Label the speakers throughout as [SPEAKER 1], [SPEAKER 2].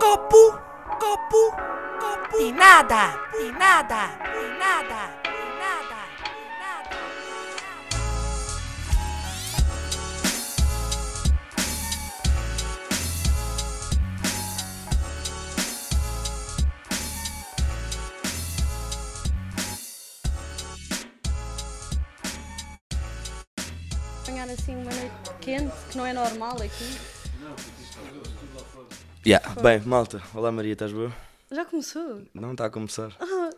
[SPEAKER 1] Copo, copo, copo. E nada, e nada, e nada, e nada, e nada.
[SPEAKER 2] apanhar assim uma noite quente, que não é normal aqui.
[SPEAKER 3] Yeah. Bem, malta, olá Maria, estás boa?
[SPEAKER 2] Já começou?
[SPEAKER 3] Não está a começar.
[SPEAKER 2] Ah,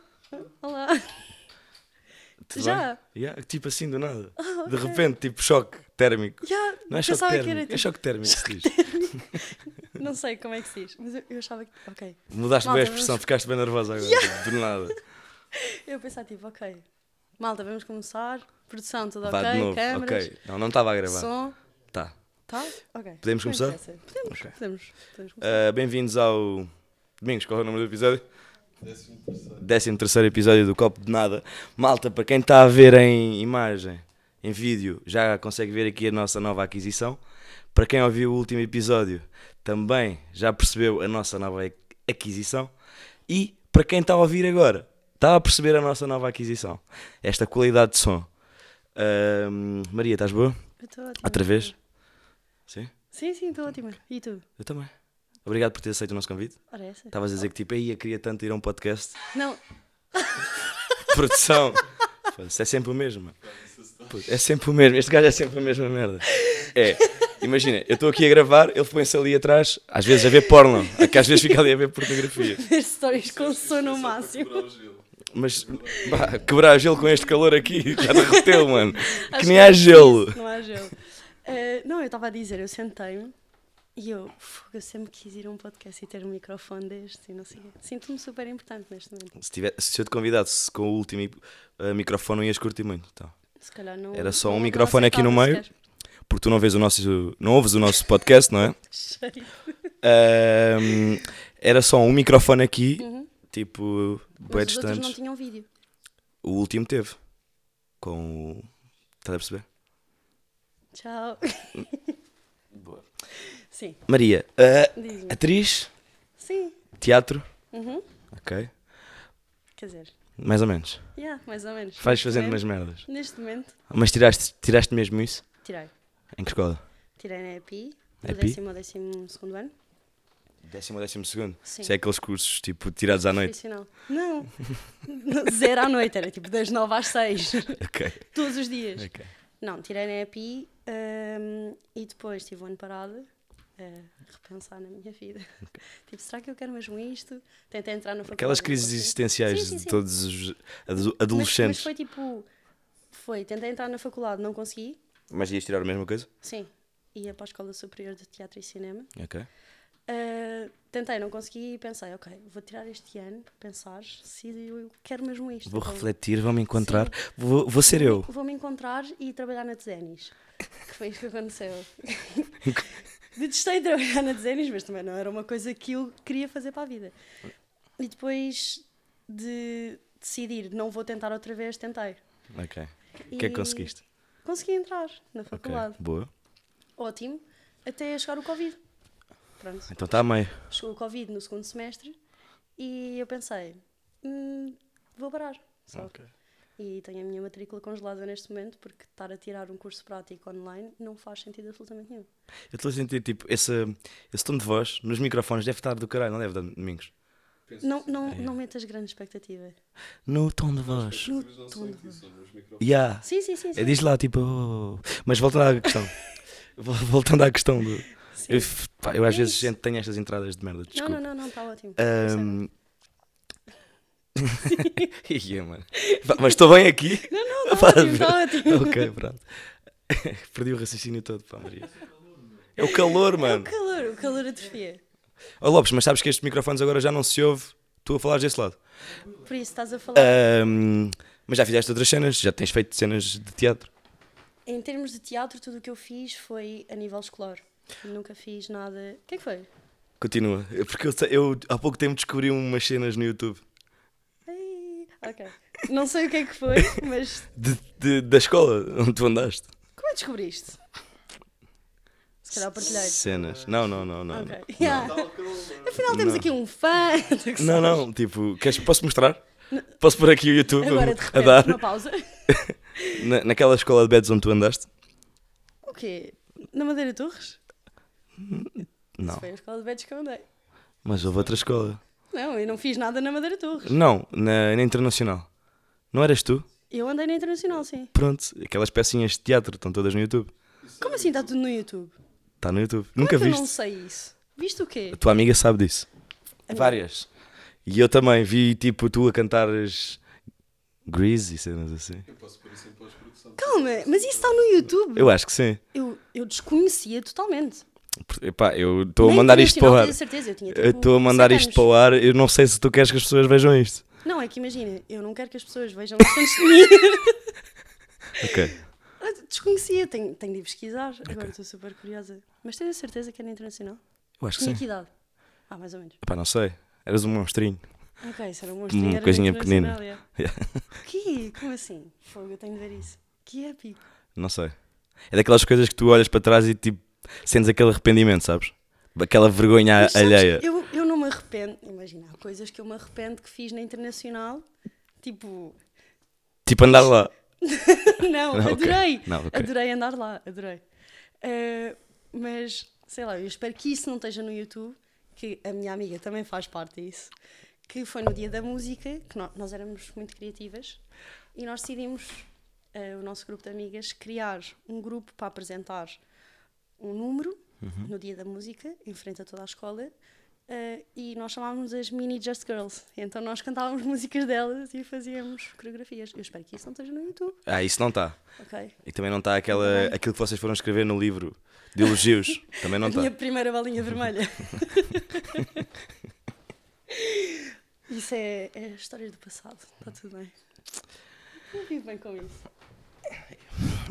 [SPEAKER 2] Olá!
[SPEAKER 3] Tudo
[SPEAKER 2] Já?
[SPEAKER 3] bem? Yeah, Tipo assim do nada. De repente, tipo choque térmico.
[SPEAKER 2] Já,
[SPEAKER 3] Não é choque
[SPEAKER 2] pensava
[SPEAKER 3] térmico,
[SPEAKER 2] que era
[SPEAKER 3] é
[SPEAKER 2] tipo,
[SPEAKER 3] choque térmico. que se diz.
[SPEAKER 2] Não sei como é que se diz, mas eu, eu achava que. Ok.
[SPEAKER 3] Mudaste bem a
[SPEAKER 2] Malta,
[SPEAKER 3] expressão,
[SPEAKER 2] vamos-
[SPEAKER 3] ficaste bem nervosa agora, tipo, do nada.
[SPEAKER 2] Eu pensava tipo, ok. Malta, vamos começar. Produção, tudo
[SPEAKER 3] Vá de
[SPEAKER 2] ok?
[SPEAKER 3] novo,
[SPEAKER 2] Câmeras,
[SPEAKER 3] ok. Não, não estava a gravar.
[SPEAKER 2] som,
[SPEAKER 3] Tá.
[SPEAKER 2] tá? Ok.
[SPEAKER 3] Podemos
[SPEAKER 2] Não
[SPEAKER 3] começar?
[SPEAKER 2] interessa. Podemos,
[SPEAKER 3] Ok.
[SPEAKER 2] podemos, podemos começar.
[SPEAKER 3] Ah, Bem-vindos ao. Domingos, qual é o nome do episódio? 13 terceiro episódio do Copo de Nada. Malta, para quem está a ver em imagem, em vídeo, já consegue ver aqui a nossa nova aquisição. Para quem ouviu o último episódio, também já percebeu a nossa nova aqu- aquisição. E para quem está a ouvir agora, está a perceber a nossa nova aquisição. Esta qualidade de som. Ahm, Maria, estás boa?
[SPEAKER 2] Eu estou ótima.
[SPEAKER 3] Outra vez? Sim?
[SPEAKER 2] Sim, sim, estou ótima. E tu?
[SPEAKER 3] Eu também. Obrigado por ter aceito o nosso convite.
[SPEAKER 2] Ora, essa?
[SPEAKER 3] Estavas a dizer que tipo, aí eu queria tanto ir a um podcast.
[SPEAKER 2] Não,
[SPEAKER 3] Produção. Foda-se, é sempre o mesmo. mano. Puto, É sempre o mesmo. Este gajo é sempre a mesma merda. É. Imagina, eu estou aqui a gravar, ele põe-se ali atrás, às vezes a ver porno, a que às vezes fica ali a ver pornografia.
[SPEAKER 2] ver stories com sono no máximo.
[SPEAKER 3] Mas pá, quebrar gelo com este calor aqui, já derreteu, mano. Que
[SPEAKER 2] Acho
[SPEAKER 3] nem há
[SPEAKER 2] é
[SPEAKER 3] gelo.
[SPEAKER 2] isso, Não há gelo. Eh, não, eu estava a dizer, eu sentei-me e eu, "Fogo, eu sempre quis ir a um podcast e ter um microfone deste e não sei o quê. Sinto-me super importante neste momento.
[SPEAKER 3] Se, tiver, se eu te convidasse com o último eh, microfone, não ias curtir muito. Então.
[SPEAKER 2] Se calhar não.
[SPEAKER 3] Era só
[SPEAKER 2] não- é
[SPEAKER 3] um
[SPEAKER 2] não
[SPEAKER 3] microfone aqui no
[SPEAKER 2] aceitava
[SPEAKER 3] meio, porque tu não, vês o nosso, não ouves o nosso podcast, não é?
[SPEAKER 2] sequer. Cheio.
[SPEAKER 3] Ahm, era só um microfone aqui, tipo,
[SPEAKER 2] Uhum. Mas
[SPEAKER 3] bem
[SPEAKER 2] os outros não
[SPEAKER 3] distantes.
[SPEAKER 2] tinham vídeo.
[SPEAKER 3] O último teve. Com o. Estás a perceber?
[SPEAKER 2] Tchau. Sim,
[SPEAKER 3] Maria, ah,
[SPEAKER 2] diz-me.
[SPEAKER 3] atriz,
[SPEAKER 2] Sim,
[SPEAKER 3] teatro.
[SPEAKER 2] Uhum.
[SPEAKER 3] Ok.
[SPEAKER 2] quer dizer,
[SPEAKER 3] Mais ou menos.
[SPEAKER 2] yeah, mais ou menos.
[SPEAKER 3] Vais
[SPEAKER 2] Neste
[SPEAKER 3] fazendo umas
[SPEAKER 2] momento-
[SPEAKER 3] merdas.
[SPEAKER 2] Neste momento,
[SPEAKER 3] Mas tiraste, tiraste mesmo isso?
[SPEAKER 2] tirei.
[SPEAKER 3] Em que escola?
[SPEAKER 2] Tirei na EPI, do
[SPEAKER 3] EPI?
[SPEAKER 2] décimo ao décimo segundo ano.
[SPEAKER 3] Décimo ou décimo segundo?
[SPEAKER 2] Sim.
[SPEAKER 3] Se é aqueles cursos, tipo, tirados à noite.
[SPEAKER 2] Profissional. Não, zero à noite, era tipo das nove às seis
[SPEAKER 3] Ok.
[SPEAKER 2] todos os dias.
[SPEAKER 3] Ok.
[SPEAKER 2] Não, tirei na EPI hum, e depois estive um ano parada a repensar na minha vida. tipo, será que eu quero mesmo isto? Tentei entrar na faculdade.
[SPEAKER 3] Aquelas
[SPEAKER 2] não
[SPEAKER 3] crises
[SPEAKER 2] consegui.
[SPEAKER 3] existenciais
[SPEAKER 2] Sim, sim,
[SPEAKER 3] de
[SPEAKER 2] sim.
[SPEAKER 3] todos os ado-
[SPEAKER 2] Mas- Mas,
[SPEAKER 3] adolescentes.
[SPEAKER 2] foi tipo. Foi, tentei entrar na faculdade, não consegui.
[SPEAKER 3] Mas ias tirar a mesma coisa?
[SPEAKER 2] Sim. Ia para a Escola Superior de Teatro e Cinema.
[SPEAKER 3] Ok.
[SPEAKER 2] Ah, tentei, não consegui e pensei, ok, vou tirar este ano para pensar se eu quero mesmo isto.
[SPEAKER 3] Vou
[SPEAKER 2] Então,
[SPEAKER 3] refletir, vou me encontrar. Vou, vou ser eu.
[SPEAKER 2] Vou-me encontrar e trabalhar na Dezenis. Que foi isso que aconteceu. Detestei trabalhar na Dezenis, mas também não era uma coisa que eu queria fazer para a vida. E depois de decidir, não vou tentar outra vez, tentei.
[SPEAKER 3] Ok. O que é que
[SPEAKER 2] E
[SPEAKER 3] conseguiste?
[SPEAKER 2] Consegui entrar na
[SPEAKER 3] Ok.
[SPEAKER 2] faculdade.
[SPEAKER 3] Boa.
[SPEAKER 2] Ótimo. Até chegar o Covid. Pronto.
[SPEAKER 3] Então está a meio.
[SPEAKER 2] Chegou o Covid no segundo semestre e eu pensei, "Hum, vou parar. Só. E tenho a minha matrícula congelada neste momento porque estar a tirar um curso prático online não faz sentido absolutamente nenhum.
[SPEAKER 3] Eu estou a sentir, tipo, esse, esse tom de voz nos microfones deve estar do caralho, não deve dar domingos.
[SPEAKER 2] Não,
[SPEAKER 3] É.
[SPEAKER 2] não, não metas grande expectativa.
[SPEAKER 3] No tom de voz.
[SPEAKER 2] No tom de voz.
[SPEAKER 3] Yeah.
[SPEAKER 2] Sim, sim, sim. sim.
[SPEAKER 3] É, Diz lá, tipo. oh. Mas voltando à questão. Vol- voltando à questão do. Eu, f- pá, eu às
[SPEAKER 2] É
[SPEAKER 3] vezes
[SPEAKER 2] isso.
[SPEAKER 3] gente tenho estas entradas de merda,
[SPEAKER 2] não,
[SPEAKER 3] desculpa.
[SPEAKER 2] não, não, não, está ótimo.
[SPEAKER 3] Ahm. Ia, mano. Pá, Mas estou bem aqui.
[SPEAKER 2] Não, não, está ótimo, está ótimo.
[SPEAKER 3] ok, pronto. Perdi o raciocínio todo, pá, Maria. É o calor, mano.
[SPEAKER 2] O calor, o calor atrofia.
[SPEAKER 3] Ó Lopes, mas sabes que estes microfones agora já não se ouve tu a falares desse lado.
[SPEAKER 2] Por isso estás a
[SPEAKER 3] Ah.
[SPEAKER 2] falar.
[SPEAKER 3] Ahm, mas já fizeste outras cenas, já tens feito cenas de teatro.
[SPEAKER 2] Em termos de teatro, tudo o que eu fiz foi a nível escolar. Nunca fiz nada. O que é que foi?
[SPEAKER 3] Continua. É Porque eu, sei- eu há pouco tempo descobri umas cenas no YouTube
[SPEAKER 2] Ei, Ok. Não sei o que é que foi, mas
[SPEAKER 3] de- de- da escola onde tu andaste.
[SPEAKER 2] como é que descobriste? Se calhar o partilheiro.
[SPEAKER 3] Cenas. Não, não, não, não.
[SPEAKER 2] Ok.
[SPEAKER 3] não.
[SPEAKER 2] Yeah. Afinal temos aqui um fã. Tu que
[SPEAKER 3] Não,
[SPEAKER 2] sabes.
[SPEAKER 3] não, tipo, queres, posso mostrar? Posso pôr aqui o YouTube
[SPEAKER 2] Agora de
[SPEAKER 3] a dar?
[SPEAKER 2] repente, uma pausa.
[SPEAKER 3] Na- naquela escola de beds onde tu andaste?
[SPEAKER 2] O quê? Na Madeira Torres?
[SPEAKER 3] Não.
[SPEAKER 2] Isso foi a escola de betos que eu andei.
[SPEAKER 3] Mas houve outra escola.
[SPEAKER 2] Não, eu não fiz nada na Madeira Torres.
[SPEAKER 3] Não, na, na Internacional. Não eras tu?
[SPEAKER 2] Eu andei na Internacional, sim.
[SPEAKER 3] Pronto, aquelas pecinhas de teatro estão todas no YouTube.
[SPEAKER 2] Como assim está tudo no YouTube? Como
[SPEAKER 3] Está no YouTube.
[SPEAKER 2] é
[SPEAKER 3] Nunca
[SPEAKER 2] que eu não
[SPEAKER 3] viste?
[SPEAKER 2] sei isso? Viste o quê?
[SPEAKER 3] A tua amiga sabe disso.
[SPEAKER 2] A minha-
[SPEAKER 3] Várias. E eu também vi, tipo, tu a cantares Grease e cenas assim.
[SPEAKER 2] Calma, mas isso está no YouTube?
[SPEAKER 3] Eu acho que sim.
[SPEAKER 2] Eu, eu desconhecia totalmente.
[SPEAKER 3] Por- Epá, eu estou a
[SPEAKER 2] Nem
[SPEAKER 3] mandar isto para o
[SPEAKER 2] internacional,
[SPEAKER 3] ar.
[SPEAKER 2] tenho certeza, eu tinha,
[SPEAKER 3] Eu
[SPEAKER 2] tipo,
[SPEAKER 3] estou a mandar
[SPEAKER 2] sete
[SPEAKER 3] isto
[SPEAKER 2] anos.
[SPEAKER 3] para o ar. Eu não sei se tu queres que as pessoas vejam isto.
[SPEAKER 2] Não, é que imagina, eu não quero que as pessoas vejam os antes de mim.
[SPEAKER 3] Ok.
[SPEAKER 2] Ah, Desconhecia, tenho, tenho de ir pesquisar. Agora estou super curiosa. Mas tenho a certeza que era internacional.
[SPEAKER 3] Eu acho que
[SPEAKER 2] Tinha
[SPEAKER 3] sim.
[SPEAKER 2] que idade? Ah, mais ou menos.
[SPEAKER 3] Epá, não sei. Eras um monstrinho.
[SPEAKER 2] Ok, isso era um monstro.
[SPEAKER 3] Uma
[SPEAKER 2] era
[SPEAKER 3] coisinha
[SPEAKER 2] internacional,
[SPEAKER 3] pequenina.
[SPEAKER 2] é. O quê? Como assim? Fogo, eu tenho de ver isso. Que épico.
[SPEAKER 3] Não sei. É daquelas coisas que tu olhas para trás e tipo sentes aquele arrependimento, sabes? Aquela vergonha
[SPEAKER 2] Mas sabes,
[SPEAKER 3] alheia.
[SPEAKER 2] Eu, eu não me arrependo. Imagina, há coisas que eu me arrependo que fiz na internacional. Tipo,
[SPEAKER 3] Tipo andar lá.
[SPEAKER 2] não,
[SPEAKER 3] ok.
[SPEAKER 2] adorei.
[SPEAKER 3] Não, ok.
[SPEAKER 2] Adorei andar lá, adorei. Eh, mas, sei lá, eu espero que isso não esteja no YouTube, que a minha amiga também faz parte disso. Que foi no dia da música, que nó- nós, éramos muito criativas e nós decidimos, eh, o nosso grupo de amigas, criar um grupo para apresentar um número
[SPEAKER 3] Uhum.
[SPEAKER 2] no dia da música, em frente a toda a escola. eh, e nós chamávamos as Mini Just Girls, então nós cantávamos músicas delas e fazíamos coreografias. Eu espero que isso não esteja no YouTube.
[SPEAKER 3] Ah, isso não está.
[SPEAKER 2] Ok.
[SPEAKER 3] E também não está aquela, aquilo que vocês foram escrever no livro de elogios. Também
[SPEAKER 2] a
[SPEAKER 3] não tá. está.
[SPEAKER 2] minha primeira bolinha vermelha. isso é, é a história do passado. Está tudo bem. é Eu vivo bem com isso.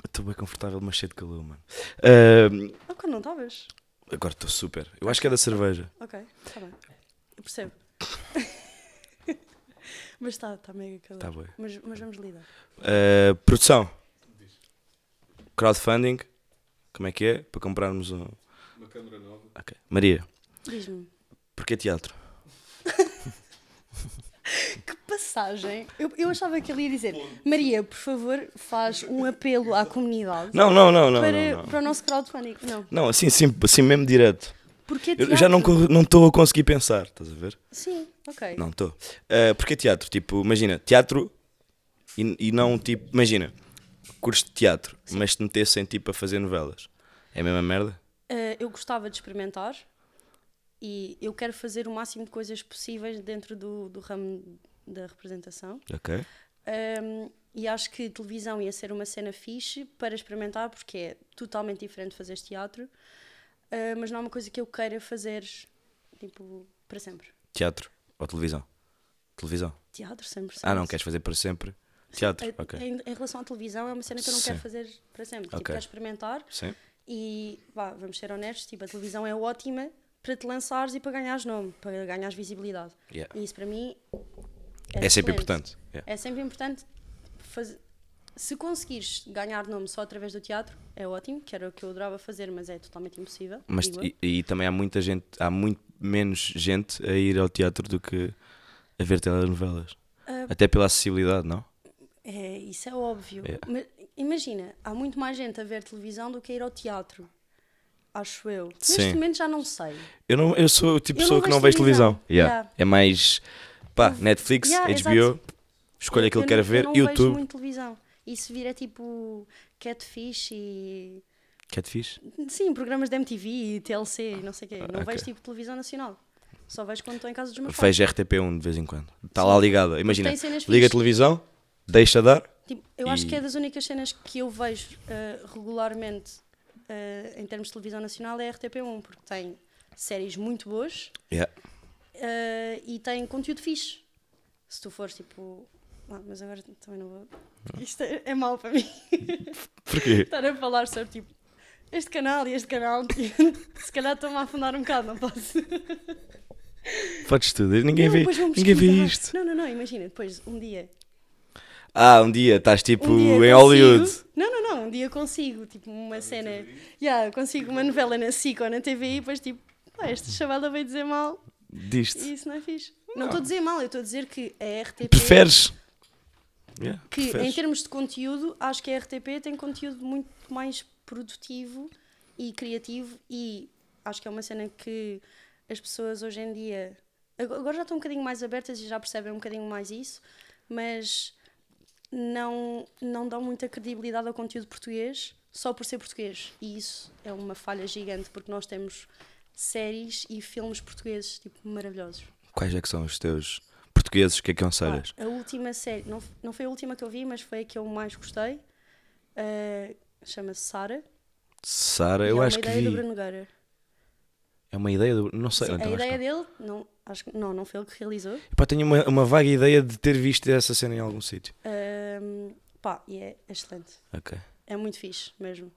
[SPEAKER 3] Estou bem confortável, mas cheio de calor, mano. Ahm,
[SPEAKER 2] Ah, quando não estavas?
[SPEAKER 3] agora estou super. Eu acho que é da cerveja.
[SPEAKER 2] Ok, está bem. Eu percebo. mas está, está mega calor.
[SPEAKER 3] Tá bué.
[SPEAKER 2] Mas, mas vamos lidar.
[SPEAKER 3] Uh, produção. Crowdfunding. Como é que é? Para comprarmos um. Uma câmera nova. Maria,
[SPEAKER 2] Diz-me,
[SPEAKER 3] porquê teatro?
[SPEAKER 2] que passagem? Eu, eu achava que ele ia dizer, Maria, por favor, faz um apelo à comunidade
[SPEAKER 3] Não, não, não, não.
[SPEAKER 2] para,
[SPEAKER 3] Não, não.
[SPEAKER 2] para o nosso crowdfunding. Não,
[SPEAKER 3] não assim, sim, assim mesmo direto.
[SPEAKER 2] porque
[SPEAKER 3] Eu já não
[SPEAKER 2] teatro?
[SPEAKER 3] estou não estou a conseguir pensar, estás a ver?
[SPEAKER 2] Sim, ok.
[SPEAKER 3] Não estou. Uh, porquê teatro? Tipo, imagina, teatro e, e não tipo. Imagina, curso de teatro, mas te metessem tipo a fazer novelas. É a mesma merda?
[SPEAKER 2] Eh, eu gostava de experimentar e eu quero fazer o máximo de coisas possíveis dentro do, do ramo da representação.
[SPEAKER 3] Ok.
[SPEAKER 2] Ahm, e acho que televisão ia ser uma cena fixe para experimentar, porque é totalmente diferente de fazeres teatro, Ah, mas não é uma coisa que eu queira fazer tipo, para sempre.
[SPEAKER 3] Teatro ou televisão? Televisão.
[SPEAKER 2] Teatro, 100%.
[SPEAKER 3] Ah, não, queres fazer para sempre? Teatro,
[SPEAKER 2] Eh,
[SPEAKER 3] ok.
[SPEAKER 2] Em, em relação à televisão, é uma cena que eu não quero
[SPEAKER 3] Sim.
[SPEAKER 2] fazer para sempre. Tipo,
[SPEAKER 3] Ok.
[SPEAKER 2] quero experimentar
[SPEAKER 3] Sim.
[SPEAKER 2] E vá, vamos ser honestos, tipo, a televisão é ótima para te lançares e para ganhares nome, para ganhares visibilidade.
[SPEAKER 3] Yeah.
[SPEAKER 2] E isso para mim
[SPEAKER 3] É sempre
[SPEAKER 2] excelente.
[SPEAKER 3] importante, yeah.
[SPEAKER 2] É sempre importante fazer. Se conseguires ganhar nome só através do teatro, é ótimo, que era o que eu adorava fazer, mas é totalmente impossível.
[SPEAKER 3] Mas
[SPEAKER 2] digo eu.
[SPEAKER 3] e, e também há muita gente, há muito menos gente a ir ao teatro do que a ver telenovelas.
[SPEAKER 2] Ah,
[SPEAKER 3] Até pela acessibilidade, não?
[SPEAKER 2] É, isso é óbvio.
[SPEAKER 3] Yeah.
[SPEAKER 2] Mas imagina, há muito mais gente a ver televisão do que a ir ao teatro. Acho eu.
[SPEAKER 3] Sim.
[SPEAKER 2] Neste momento já não sei.
[SPEAKER 3] Eu, não, eu sou o tipo de
[SPEAKER 2] Eu
[SPEAKER 3] pessoa
[SPEAKER 2] não
[SPEAKER 3] que não
[SPEAKER 2] vejo
[SPEAKER 3] vejo televisão.
[SPEAKER 2] televisão.
[SPEAKER 3] Yeah.
[SPEAKER 2] Yeah.
[SPEAKER 3] É mais pá, Netflix,
[SPEAKER 2] Yeah,
[SPEAKER 3] HBO, escolha aquilo que quer
[SPEAKER 2] não-
[SPEAKER 3] ver,
[SPEAKER 2] não vejo
[SPEAKER 3] YouTube.
[SPEAKER 2] muito televisão. E se vir é tipo Catfish e.
[SPEAKER 3] Catfish?
[SPEAKER 2] Sim, programas da MTV e TLC e não sei o quê. Não
[SPEAKER 3] Ah, ok.
[SPEAKER 2] vejo tipo televisão nacional. Só vejo quando estou em casa dos meus pais.
[SPEAKER 3] Vejo RTP1 de vez em quando. Está lá ligada. Imagina,
[SPEAKER 2] Tem cenas
[SPEAKER 3] liga a
[SPEAKER 2] fixe.
[SPEAKER 3] televisão, deixa dar.
[SPEAKER 2] Tipo, eu acho que
[SPEAKER 3] E-
[SPEAKER 2] é das únicas cenas que eu vejo eh, regularmente eh, em termos de televisão nacional é a RTP1, porque tem séries muito boas
[SPEAKER 3] Yeah.
[SPEAKER 2] eh, e tem conteúdo fixe. Se tu fores tipo. Ah, mas agora também não vou. Isto é, é mau para mim.
[SPEAKER 3] Porquê?
[SPEAKER 2] estar a falar sobre tipo este canal e este canal. tipo, se calhar estou-me a afundar um bocado, não posso.
[SPEAKER 3] Podes tudo. Ninguém
[SPEAKER 2] Não,
[SPEAKER 3] vê,
[SPEAKER 2] depois vou
[SPEAKER 3] ninguém vê
[SPEAKER 2] pesquisar.
[SPEAKER 3] isto.
[SPEAKER 2] Não, não, não, imagina, depois um dia.
[SPEAKER 3] Ah, um dia estás tipo
[SPEAKER 2] Um dia
[SPEAKER 3] em
[SPEAKER 2] consigo-
[SPEAKER 3] Hollywood.
[SPEAKER 2] Não, não, não, um dia consigo, tipo, uma cena. Yeah, consigo uma novela na SIC ou na TV e depois, tipo, pá, esta chavala veio dizer mal
[SPEAKER 3] Diste.
[SPEAKER 2] e isso não é fixe.
[SPEAKER 3] Ah.
[SPEAKER 2] Não estou a dizer mal, eu estou a dizer que a RTP.
[SPEAKER 3] Preferes? Yeah,
[SPEAKER 2] que em
[SPEAKER 3] preferes.
[SPEAKER 2] termos de conteúdo, acho que a RTP tem conteúdo muito mais produtivo e criativo e acho que é uma cena que as pessoas hoje em dia ag- agora já estão um bocadinho mais abertas e já percebem um bocadinho mais isso, mas não, não dão muita credibilidade ao conteúdo português só por ser português. E isso é uma falha gigante porque nós temos séries e filmes portugueses tipo maravilhosos.
[SPEAKER 3] Quais é que são os teus portugueses que é um aconselhas?
[SPEAKER 2] A última série, não, f- não foi a última que eu vi, mas foi a que eu mais gostei. Uh, Chama-se Sara.
[SPEAKER 3] Sara,
[SPEAKER 2] e
[SPEAKER 3] eu
[SPEAKER 2] é
[SPEAKER 3] acho
[SPEAKER 2] uma
[SPEAKER 3] que
[SPEAKER 2] ideia do
[SPEAKER 3] vi.
[SPEAKER 2] Bruno Nogueira.
[SPEAKER 3] É uma ideia do. Não sei.
[SPEAKER 2] Sim,
[SPEAKER 3] então,
[SPEAKER 2] a
[SPEAKER 3] acho
[SPEAKER 2] ideia
[SPEAKER 3] que
[SPEAKER 2] dele, não, acho que não, não foi ele que realizou.
[SPEAKER 3] não. Pá, tenho uma, uma vaga ideia de ter visto essa cena em algum sítio.
[SPEAKER 2] Um, pá, e é excelente.
[SPEAKER 3] Ok.
[SPEAKER 2] É muito fixe mesmo.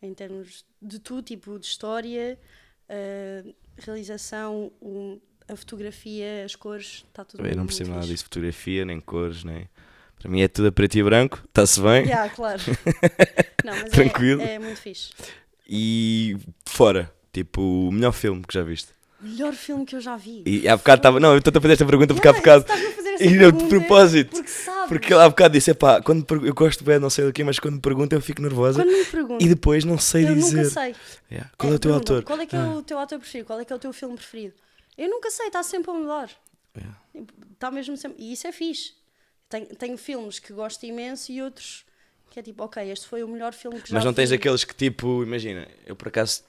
[SPEAKER 2] Em termos de tudo, tipo de história, uh, realização, um- a fotografia, as cores, está tudo
[SPEAKER 3] Eu não
[SPEAKER 2] muito
[SPEAKER 3] percebo nada
[SPEAKER 2] fixe.
[SPEAKER 3] disso, fotografia, nem cores, nem. Para mim é tudo a preto e branco, está-se bem.
[SPEAKER 2] Yeah, claro. não, mas é-
[SPEAKER 3] Tranquilo.
[SPEAKER 2] É, muito fixe.
[SPEAKER 3] E fora, tipo, o melhor filme que já viste.
[SPEAKER 2] Melhor filme que eu já vi.
[SPEAKER 3] E há bocado estava. Não, eu estou a fazer esta pergunta porque há
[SPEAKER 2] Yeah,
[SPEAKER 3] bocado.
[SPEAKER 2] é, estás-me a fazer essa
[SPEAKER 3] E não, de
[SPEAKER 2] pergunta
[SPEAKER 3] propósito.
[SPEAKER 2] Porque sabes.
[SPEAKER 3] Porque ele há bocado disse: pá, quando per- eu gosto bem, não sei do quê, mas quando me perguntam eu fico nervosa
[SPEAKER 2] Quando me perguntam,
[SPEAKER 3] e depois não sei
[SPEAKER 2] eu
[SPEAKER 3] dizer.
[SPEAKER 2] nunca sei.
[SPEAKER 3] Yeah. Qual é, o teu
[SPEAKER 2] Bruno,
[SPEAKER 3] autor?
[SPEAKER 2] Qual é que é o teu ator preferido? Qual é que é o teu filme preferido? Eu nunca sei, está sempre a mudar.
[SPEAKER 3] Yeah.
[SPEAKER 2] Está mesmo sempre... E isso é fixe. Tenho, tenho filmes que gosto imenso e outros que é tipo, ok, este foi o melhor filme que já
[SPEAKER 3] Mas não tens
[SPEAKER 2] vi.
[SPEAKER 3] aqueles que tipo, imagina, eu por acaso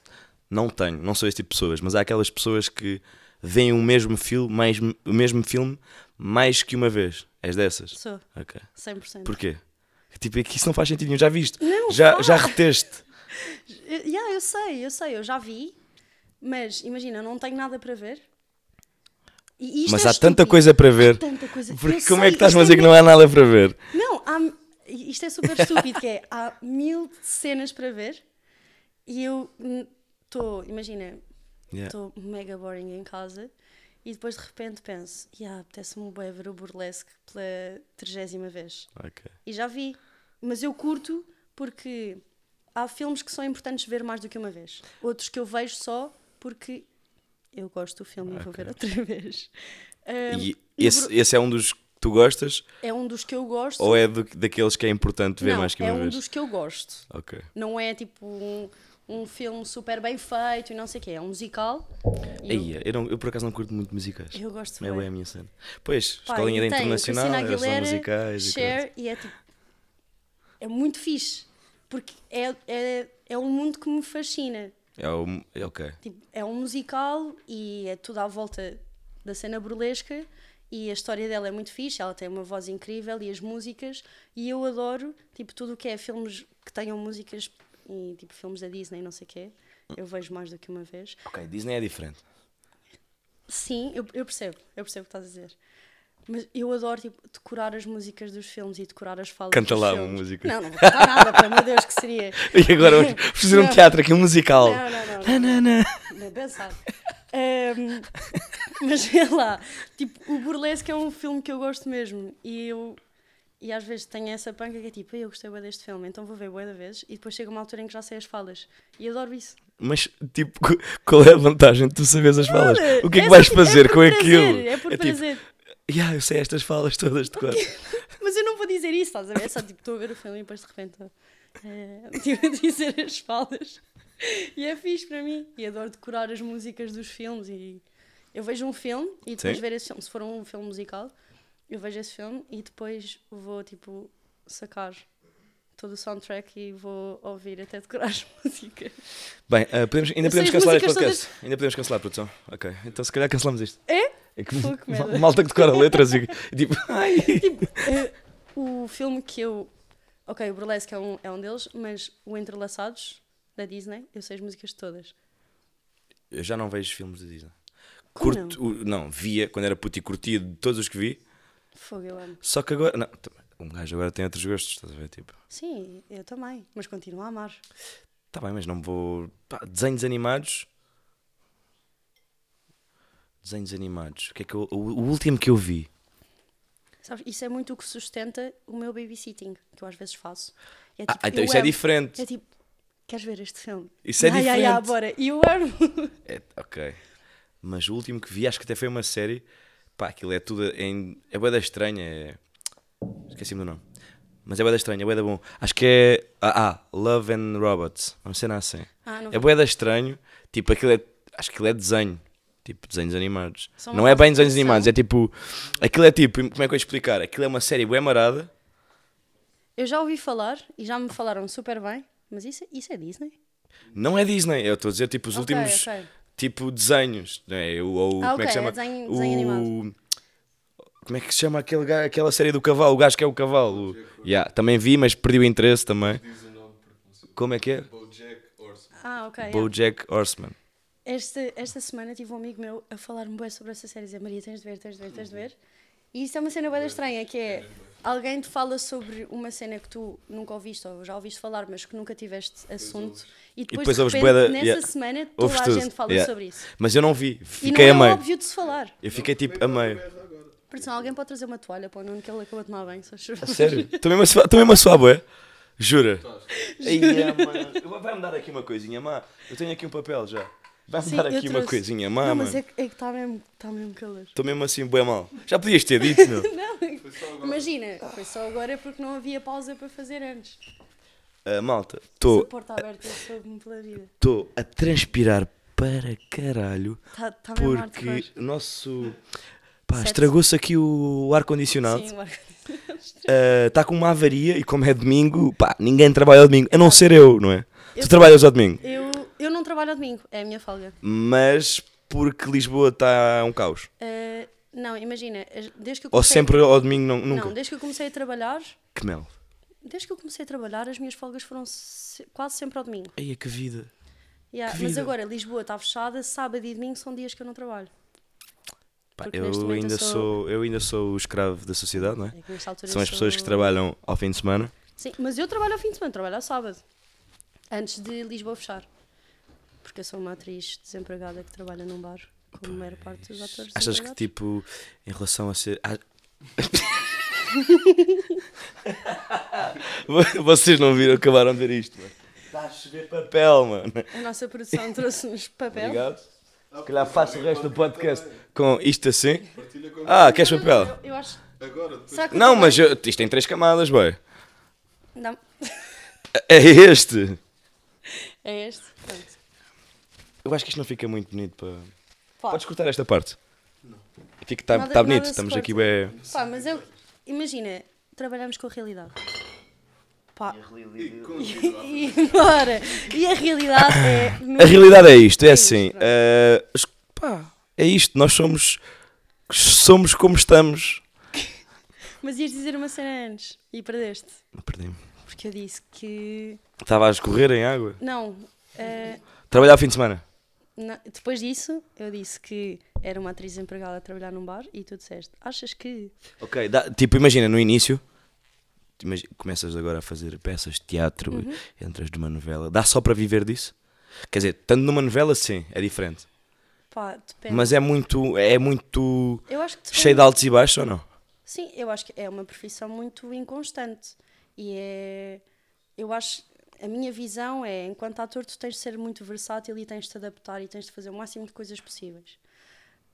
[SPEAKER 3] não tenho, não sou esse tipo de pessoas, mas há aquelas pessoas que veem o mesmo filme, mais, o mesmo filme mais que uma vez. És dessas?
[SPEAKER 2] Sou,
[SPEAKER 3] Ok.
[SPEAKER 2] 100%.
[SPEAKER 3] Porquê? Tipo, é que isso não faz sentido nenhum, já viste?
[SPEAKER 2] Não
[SPEAKER 3] já,
[SPEAKER 2] faz.
[SPEAKER 3] já reteste.
[SPEAKER 2] Eu- Yeah, eu sei, eu sei, eu já vi, mas imagina, não tenho nada para ver. E isto
[SPEAKER 3] Mas
[SPEAKER 2] é
[SPEAKER 3] há tanta
[SPEAKER 2] estúpido.
[SPEAKER 3] coisa para ver.
[SPEAKER 2] Tanta coisa. Eu
[SPEAKER 3] Porque como é
[SPEAKER 2] sei,
[SPEAKER 3] que estás-me a
[SPEAKER 2] isto
[SPEAKER 3] dizer
[SPEAKER 2] é
[SPEAKER 3] que não há nada para ver?
[SPEAKER 2] Não, há, isto é super estúpido, que é, há mil cenas para ver e eu estou, imagina,
[SPEAKER 3] Yeah.
[SPEAKER 2] estou mega boring em casa e depois de repente penso, yeah, apetece-me bem ver o burlesque pela trigésima vez.
[SPEAKER 3] Ok.
[SPEAKER 2] E já vi, mas eu curto porque há filmes que são importantes ver mais do que uma vez. Outros que eu vejo só porque eu gosto do filme e vou ver outra vez. Um,
[SPEAKER 3] E
[SPEAKER 2] e o
[SPEAKER 3] esse,
[SPEAKER 2] bur-
[SPEAKER 3] esse é um dos que tu gostas
[SPEAKER 2] é um dos que eu gosto.
[SPEAKER 3] ou é do- daqueles que é importante ver
[SPEAKER 2] Não,
[SPEAKER 3] mais que
[SPEAKER 2] é
[SPEAKER 3] uma
[SPEAKER 2] um
[SPEAKER 3] vez?
[SPEAKER 2] dos que eu gosto.
[SPEAKER 3] Ok.
[SPEAKER 2] Não é tipo um, um filme super bem feito e não sei o quê. É um musical. E eu-
[SPEAKER 3] Aí, eu, não- eu por acaso não curto muito musicais.
[SPEAKER 2] Eu gosto
[SPEAKER 3] Não é
[SPEAKER 2] bem.
[SPEAKER 3] bem a minha cena. Pois,
[SPEAKER 2] Pá,
[SPEAKER 3] escolinha da
[SPEAKER 2] e tem
[SPEAKER 3] internacional,
[SPEAKER 2] Christina
[SPEAKER 3] era só
[SPEAKER 2] Aguilera,
[SPEAKER 3] musicais. e coisas.
[SPEAKER 2] Cher, e é tipo. É muito fixe. Porque é, é, é um mundo que me fascina.
[SPEAKER 3] É o. é Ok.
[SPEAKER 2] Tipo, é um musical e é tudo à volta da cena burlesca e a história dela é muito fixe, ela tem uma voz incrível e as músicas e eu adoro, tipo, tudo o que é filmes que tenham músicas e tipo filmes da Disney, não sei o quê. Eu vejo mais do que uma vez.
[SPEAKER 3] Ok, Disney é diferente.
[SPEAKER 2] Sim, eu, eu percebo, eu percebo o que estás a dizer. Mas eu adoro tipo, decorar as músicas dos filmes e decorar as falas.
[SPEAKER 3] Canta
[SPEAKER 2] dos
[SPEAKER 3] lá uma
[SPEAKER 2] filmes.
[SPEAKER 3] música.
[SPEAKER 2] Não, não vou cantar nada, pelo amor de Deus, que seria.
[SPEAKER 3] E agora vamos fazer um
[SPEAKER 2] Não.
[SPEAKER 3] teatro aqui, um musical.
[SPEAKER 2] Não, não, não, não.
[SPEAKER 3] Nanana.
[SPEAKER 2] Nem pensar. Ahm, mas sei lá, tipo, o Burlesque é um filme que eu gosto mesmo e eu. E às vezes tenho essa panca que é tipo, "Ei, eu gostei bem deste filme, então vou ver bué da vez e depois chega uma altura em que já sei as falas. E adoro isso.
[SPEAKER 3] Mas, tipo, co- qual é a vantagem de tu saberes as falas?
[SPEAKER 2] Nada.
[SPEAKER 3] O que é que
[SPEAKER 2] só,
[SPEAKER 3] vais
[SPEAKER 2] tipo,
[SPEAKER 3] fazer
[SPEAKER 2] por
[SPEAKER 3] com aquilo?
[SPEAKER 2] prazer, É por
[SPEAKER 3] tipo,
[SPEAKER 2] prazer.
[SPEAKER 3] "Ya, eu sei estas falas todas de cor.
[SPEAKER 2] Mas eu não vou dizer isso, estás a ver? É só tipo, estou a ver o filme e depois de repente eh, estive a dizer as falas. E é fixe para mim. E adoro decorar as músicas dos filmes. E eu vejo um filme e depois
[SPEAKER 3] Sim.
[SPEAKER 2] ver esse filme. Se for um filme musical, eu vejo esse filme e depois vou tipo sacar todo o soundtrack e vou ouvir até decorar as músicas.
[SPEAKER 3] Bem, ah, podemos- ainda
[SPEAKER 2] Eu sei
[SPEAKER 3] podemos
[SPEAKER 2] as
[SPEAKER 3] cancelar este
[SPEAKER 2] músicas
[SPEAKER 3] podcast. Ainda podemos cancelar, produção. Ok, então se calhar cancelamos isto.
[SPEAKER 2] É?
[SPEAKER 3] É que
[SPEAKER 2] Fogo, que
[SPEAKER 3] mal-
[SPEAKER 2] merda.
[SPEAKER 3] malta que decora letras e tipo, ai.
[SPEAKER 2] Tipo, eh, o filme que eu. Ok, o Burlesque é um, é um deles, mas o Entrelaçados da Disney, eu sei as músicas todas.
[SPEAKER 3] Eu já não vejo filmes da Disney.
[SPEAKER 2] Como
[SPEAKER 3] Curto, o- não? via quando era puto e curtia de todos os que vi.
[SPEAKER 2] Fogo, eu amo.
[SPEAKER 3] Só que agora. Não, também, um gajo agora tem outros gostos, estás a ver? Tipo,
[SPEAKER 2] Sim, eu também, mas continuo a amar.
[SPEAKER 3] tá bem, mas não vou. pá, desenhos animados. Desenhos animados. O que é que eu- o, o último que eu vi
[SPEAKER 2] Sabes, isso é muito o que sustenta o meu babysitting, que eu às vezes faço. É
[SPEAKER 3] Ah,
[SPEAKER 2] tipo,
[SPEAKER 3] então
[SPEAKER 2] eu
[SPEAKER 3] isso é
[SPEAKER 2] amo.
[SPEAKER 3] diferente.
[SPEAKER 2] É tipo, queres ver este filme?
[SPEAKER 3] Isso é
[SPEAKER 2] Ya, ya, ya,
[SPEAKER 3] diferente.
[SPEAKER 2] bora. E eu amo.
[SPEAKER 3] É, ok. Mas o último que vi, acho que até foi uma série. Pá, aquilo é tudo. Em, é boeda estranha. É... Esqueci-me do nome. Mas é boeda estranha, é boeda bom. Acho que é. Ah, ah, Love and Robots. Uma cena assim.
[SPEAKER 2] Ah, não
[SPEAKER 3] é boeda estranho. Tipo, aquilo é. Acho que aquilo é desenho. Tipo, desenhos animados.
[SPEAKER 2] São
[SPEAKER 3] não é bem
[SPEAKER 2] animação.
[SPEAKER 3] desenhos animados, é tipo. Aquilo é tipo. Como é que eu ia explicar? Aquilo é uma série bué marada.
[SPEAKER 2] Eu já ouvi falar e já me falaram super bem, mas isso, isso é Disney?
[SPEAKER 3] Não é Disney, eu estou a dizer tipo os
[SPEAKER 2] Ok,
[SPEAKER 3] últimos
[SPEAKER 2] ok.
[SPEAKER 3] tipo desenhos, não é? Ou, ou
[SPEAKER 2] Ah,
[SPEAKER 3] como é que
[SPEAKER 2] ok,
[SPEAKER 3] se chama?
[SPEAKER 2] é desenho-
[SPEAKER 3] O-
[SPEAKER 2] desenho animado.
[SPEAKER 3] Como é que se chama aquele gajo- aquela série do cavalo? O gajo que é o cavalo. Yeah, também vi, mas perdi o interesse também. Como é que é?
[SPEAKER 2] Ah, ok. é.
[SPEAKER 3] Bojack Horseman.
[SPEAKER 2] Esta, esta semana tive um amigo meu a falar-me bem sobre essa série, a dizer Maria, tens de ver, tens de ver, tens de ver. E isso é uma cena bem estranha, que é alguém te fala sobre uma cena que tu nunca ouviste ou já ouviste falar, mas que nunca tiveste assunto, e depois,
[SPEAKER 3] depois
[SPEAKER 2] de
[SPEAKER 3] ouves
[SPEAKER 2] repente,
[SPEAKER 3] bué da-
[SPEAKER 2] nessa
[SPEAKER 3] yeah.
[SPEAKER 2] semana toda
[SPEAKER 3] Ouves
[SPEAKER 2] a
[SPEAKER 3] tudo.
[SPEAKER 2] gente fala
[SPEAKER 3] Yeah.
[SPEAKER 2] sobre isso.
[SPEAKER 3] Mas eu não vi,
[SPEAKER 2] E
[SPEAKER 3] fiquei a
[SPEAKER 2] não é
[SPEAKER 3] meio.
[SPEAKER 2] óbvio de se falar.
[SPEAKER 3] Eu fiquei tipo a meio.
[SPEAKER 2] Por isso, alguém pode trazer uma toalha para o Nuno que ele acabou de tomar bem, só
[SPEAKER 3] Sério? Estou mesmo a suar- estou mesmo a suar, bué? Jura? Ia, mano. Eu- Vai-me dar aqui uma coisinha má. Eu tenho aqui um papel já. Vai-me dar aqui uma coisinha má,
[SPEAKER 2] Não,
[SPEAKER 3] mano.
[SPEAKER 2] mas é, que- é que está mesmo, está mesmo calor.
[SPEAKER 3] Estou mesmo assim bué mal. Já podias ter dito, meu.
[SPEAKER 2] Não, imagina, foi só agora porque não havia pausa para fazer antes.
[SPEAKER 3] Ah, malta,
[SPEAKER 2] Se a
[SPEAKER 3] estou
[SPEAKER 2] porta aberta soube-me pela vida.
[SPEAKER 3] estou a transpirar para caralho
[SPEAKER 2] Está tá mesmo hard
[SPEAKER 3] porque
[SPEAKER 2] de
[SPEAKER 3] o nosso. Pá,
[SPEAKER 2] Sete.
[SPEAKER 3] estragou-se aqui o ar-condicionado.
[SPEAKER 2] Sim, agora.
[SPEAKER 3] Está com uma avaria e, como é domingo, pá, ninguém trabalha ao domingo, a não ser eu, não é? Tu trabalhas ao domingo,
[SPEAKER 2] Eu, eu não trabalho ao domingo, é a minha folga.
[SPEAKER 3] mas porque Lisboa está um caos.
[SPEAKER 2] Ah, não, imagina, as- desde que eu
[SPEAKER 3] Ou
[SPEAKER 2] comecei...
[SPEAKER 3] sempre ao domingo, não-
[SPEAKER 2] Não,
[SPEAKER 3] nunca.
[SPEAKER 2] desde que eu comecei a trabalhar,
[SPEAKER 3] Que mel.
[SPEAKER 2] desde que eu comecei a trabalhar, as minhas folgas foram se- quase sempre ao domingo.
[SPEAKER 3] Ai, é que vida.
[SPEAKER 2] Yeah,
[SPEAKER 3] Que
[SPEAKER 2] mas
[SPEAKER 3] vida.
[SPEAKER 2] agora, Lisboa está fechada, sábado e domingo são dias que eu não trabalho.
[SPEAKER 3] Pá,
[SPEAKER 2] Porque neste
[SPEAKER 3] eu
[SPEAKER 2] momento
[SPEAKER 3] ainda
[SPEAKER 2] eu
[SPEAKER 3] sou...
[SPEAKER 2] sou-
[SPEAKER 3] eu ainda sou o escravo da sociedade, não é?
[SPEAKER 2] É que nesta altura
[SPEAKER 3] São
[SPEAKER 2] eu
[SPEAKER 3] as pessoas que
[SPEAKER 2] sou-
[SPEAKER 3] trabalham ao fim de semana.
[SPEAKER 2] Sim, mas eu trabalho ao fim de semana, trabalho ao sábado. Antes de Lisboa fechar. Porque eu sou uma atriz desempregada que trabalha num bar, como a maior parte dos atores.
[SPEAKER 3] Achas que
[SPEAKER 2] desempregados.
[SPEAKER 3] tipo, em relação a ser. Ah. a- Vocês não viram, acabaram de ver isto, mano. Está Tá a chover papel, Tá mano.
[SPEAKER 2] A nossa produção trouxe-nos papel.
[SPEAKER 3] Obrigado. Se calhar faço o resto do podcast com isto assim. Ah, queres
[SPEAKER 2] Não, não, não,
[SPEAKER 3] papel?
[SPEAKER 2] Eu, eu acho.
[SPEAKER 4] Agora, depois
[SPEAKER 2] Será que eu
[SPEAKER 3] Não,
[SPEAKER 2] também-
[SPEAKER 3] mas eu- isto tem três camadas, boy.
[SPEAKER 2] Não.
[SPEAKER 3] É este.
[SPEAKER 2] É este. Pronto.
[SPEAKER 3] Eu acho que isto não fica muito bonito para.
[SPEAKER 2] Pá,
[SPEAKER 3] Podes cortar esta parte? Fica, está
[SPEAKER 2] Nada-
[SPEAKER 3] bonito,
[SPEAKER 2] nada se
[SPEAKER 3] estamos
[SPEAKER 2] corta.
[SPEAKER 3] aqui bem.
[SPEAKER 2] pá, mas eu. Imagina, trabalhamos com a realidade. Pá. E, e bora! E a realidade é.
[SPEAKER 3] A realidade é isto, é
[SPEAKER 2] É isto,
[SPEAKER 3] assim.
[SPEAKER 2] pronto.
[SPEAKER 3] eh, os- pá, é isto, nós somos. Somos como estamos.
[SPEAKER 2] Mas ias dizer uma cena antes e perdeste.
[SPEAKER 3] Não perdi-me.
[SPEAKER 2] Porque eu disse que.
[SPEAKER 3] Estava a escorrer em água.
[SPEAKER 2] Não. eh,
[SPEAKER 3] Trabalhar ao fim de semana.
[SPEAKER 2] na- depois disso, eu disse que era uma atriz empregada a trabalhar num bar e tu disseste: Achas que.
[SPEAKER 3] Ok, dá- tipo, imagina, no início. imagi- começas agora a fazer peças de teatro,
[SPEAKER 2] Uhum.
[SPEAKER 3] entras numa novela. Dá só para viver disso? Quer dizer, tanto numa novela, sim, é diferente.
[SPEAKER 2] Pá, depende.
[SPEAKER 3] Mas é muito. É muito.
[SPEAKER 2] eu acho que depende.
[SPEAKER 3] Cheio de altos e baixos ou não?
[SPEAKER 2] Sim, eu acho que é uma profissão muito inconstante. E é. Eu acho. A minha visão é: enquanto ator, tu tens de ser muito versátil e tens de te adaptar e tens de fazer o máximo de coisas possíveis.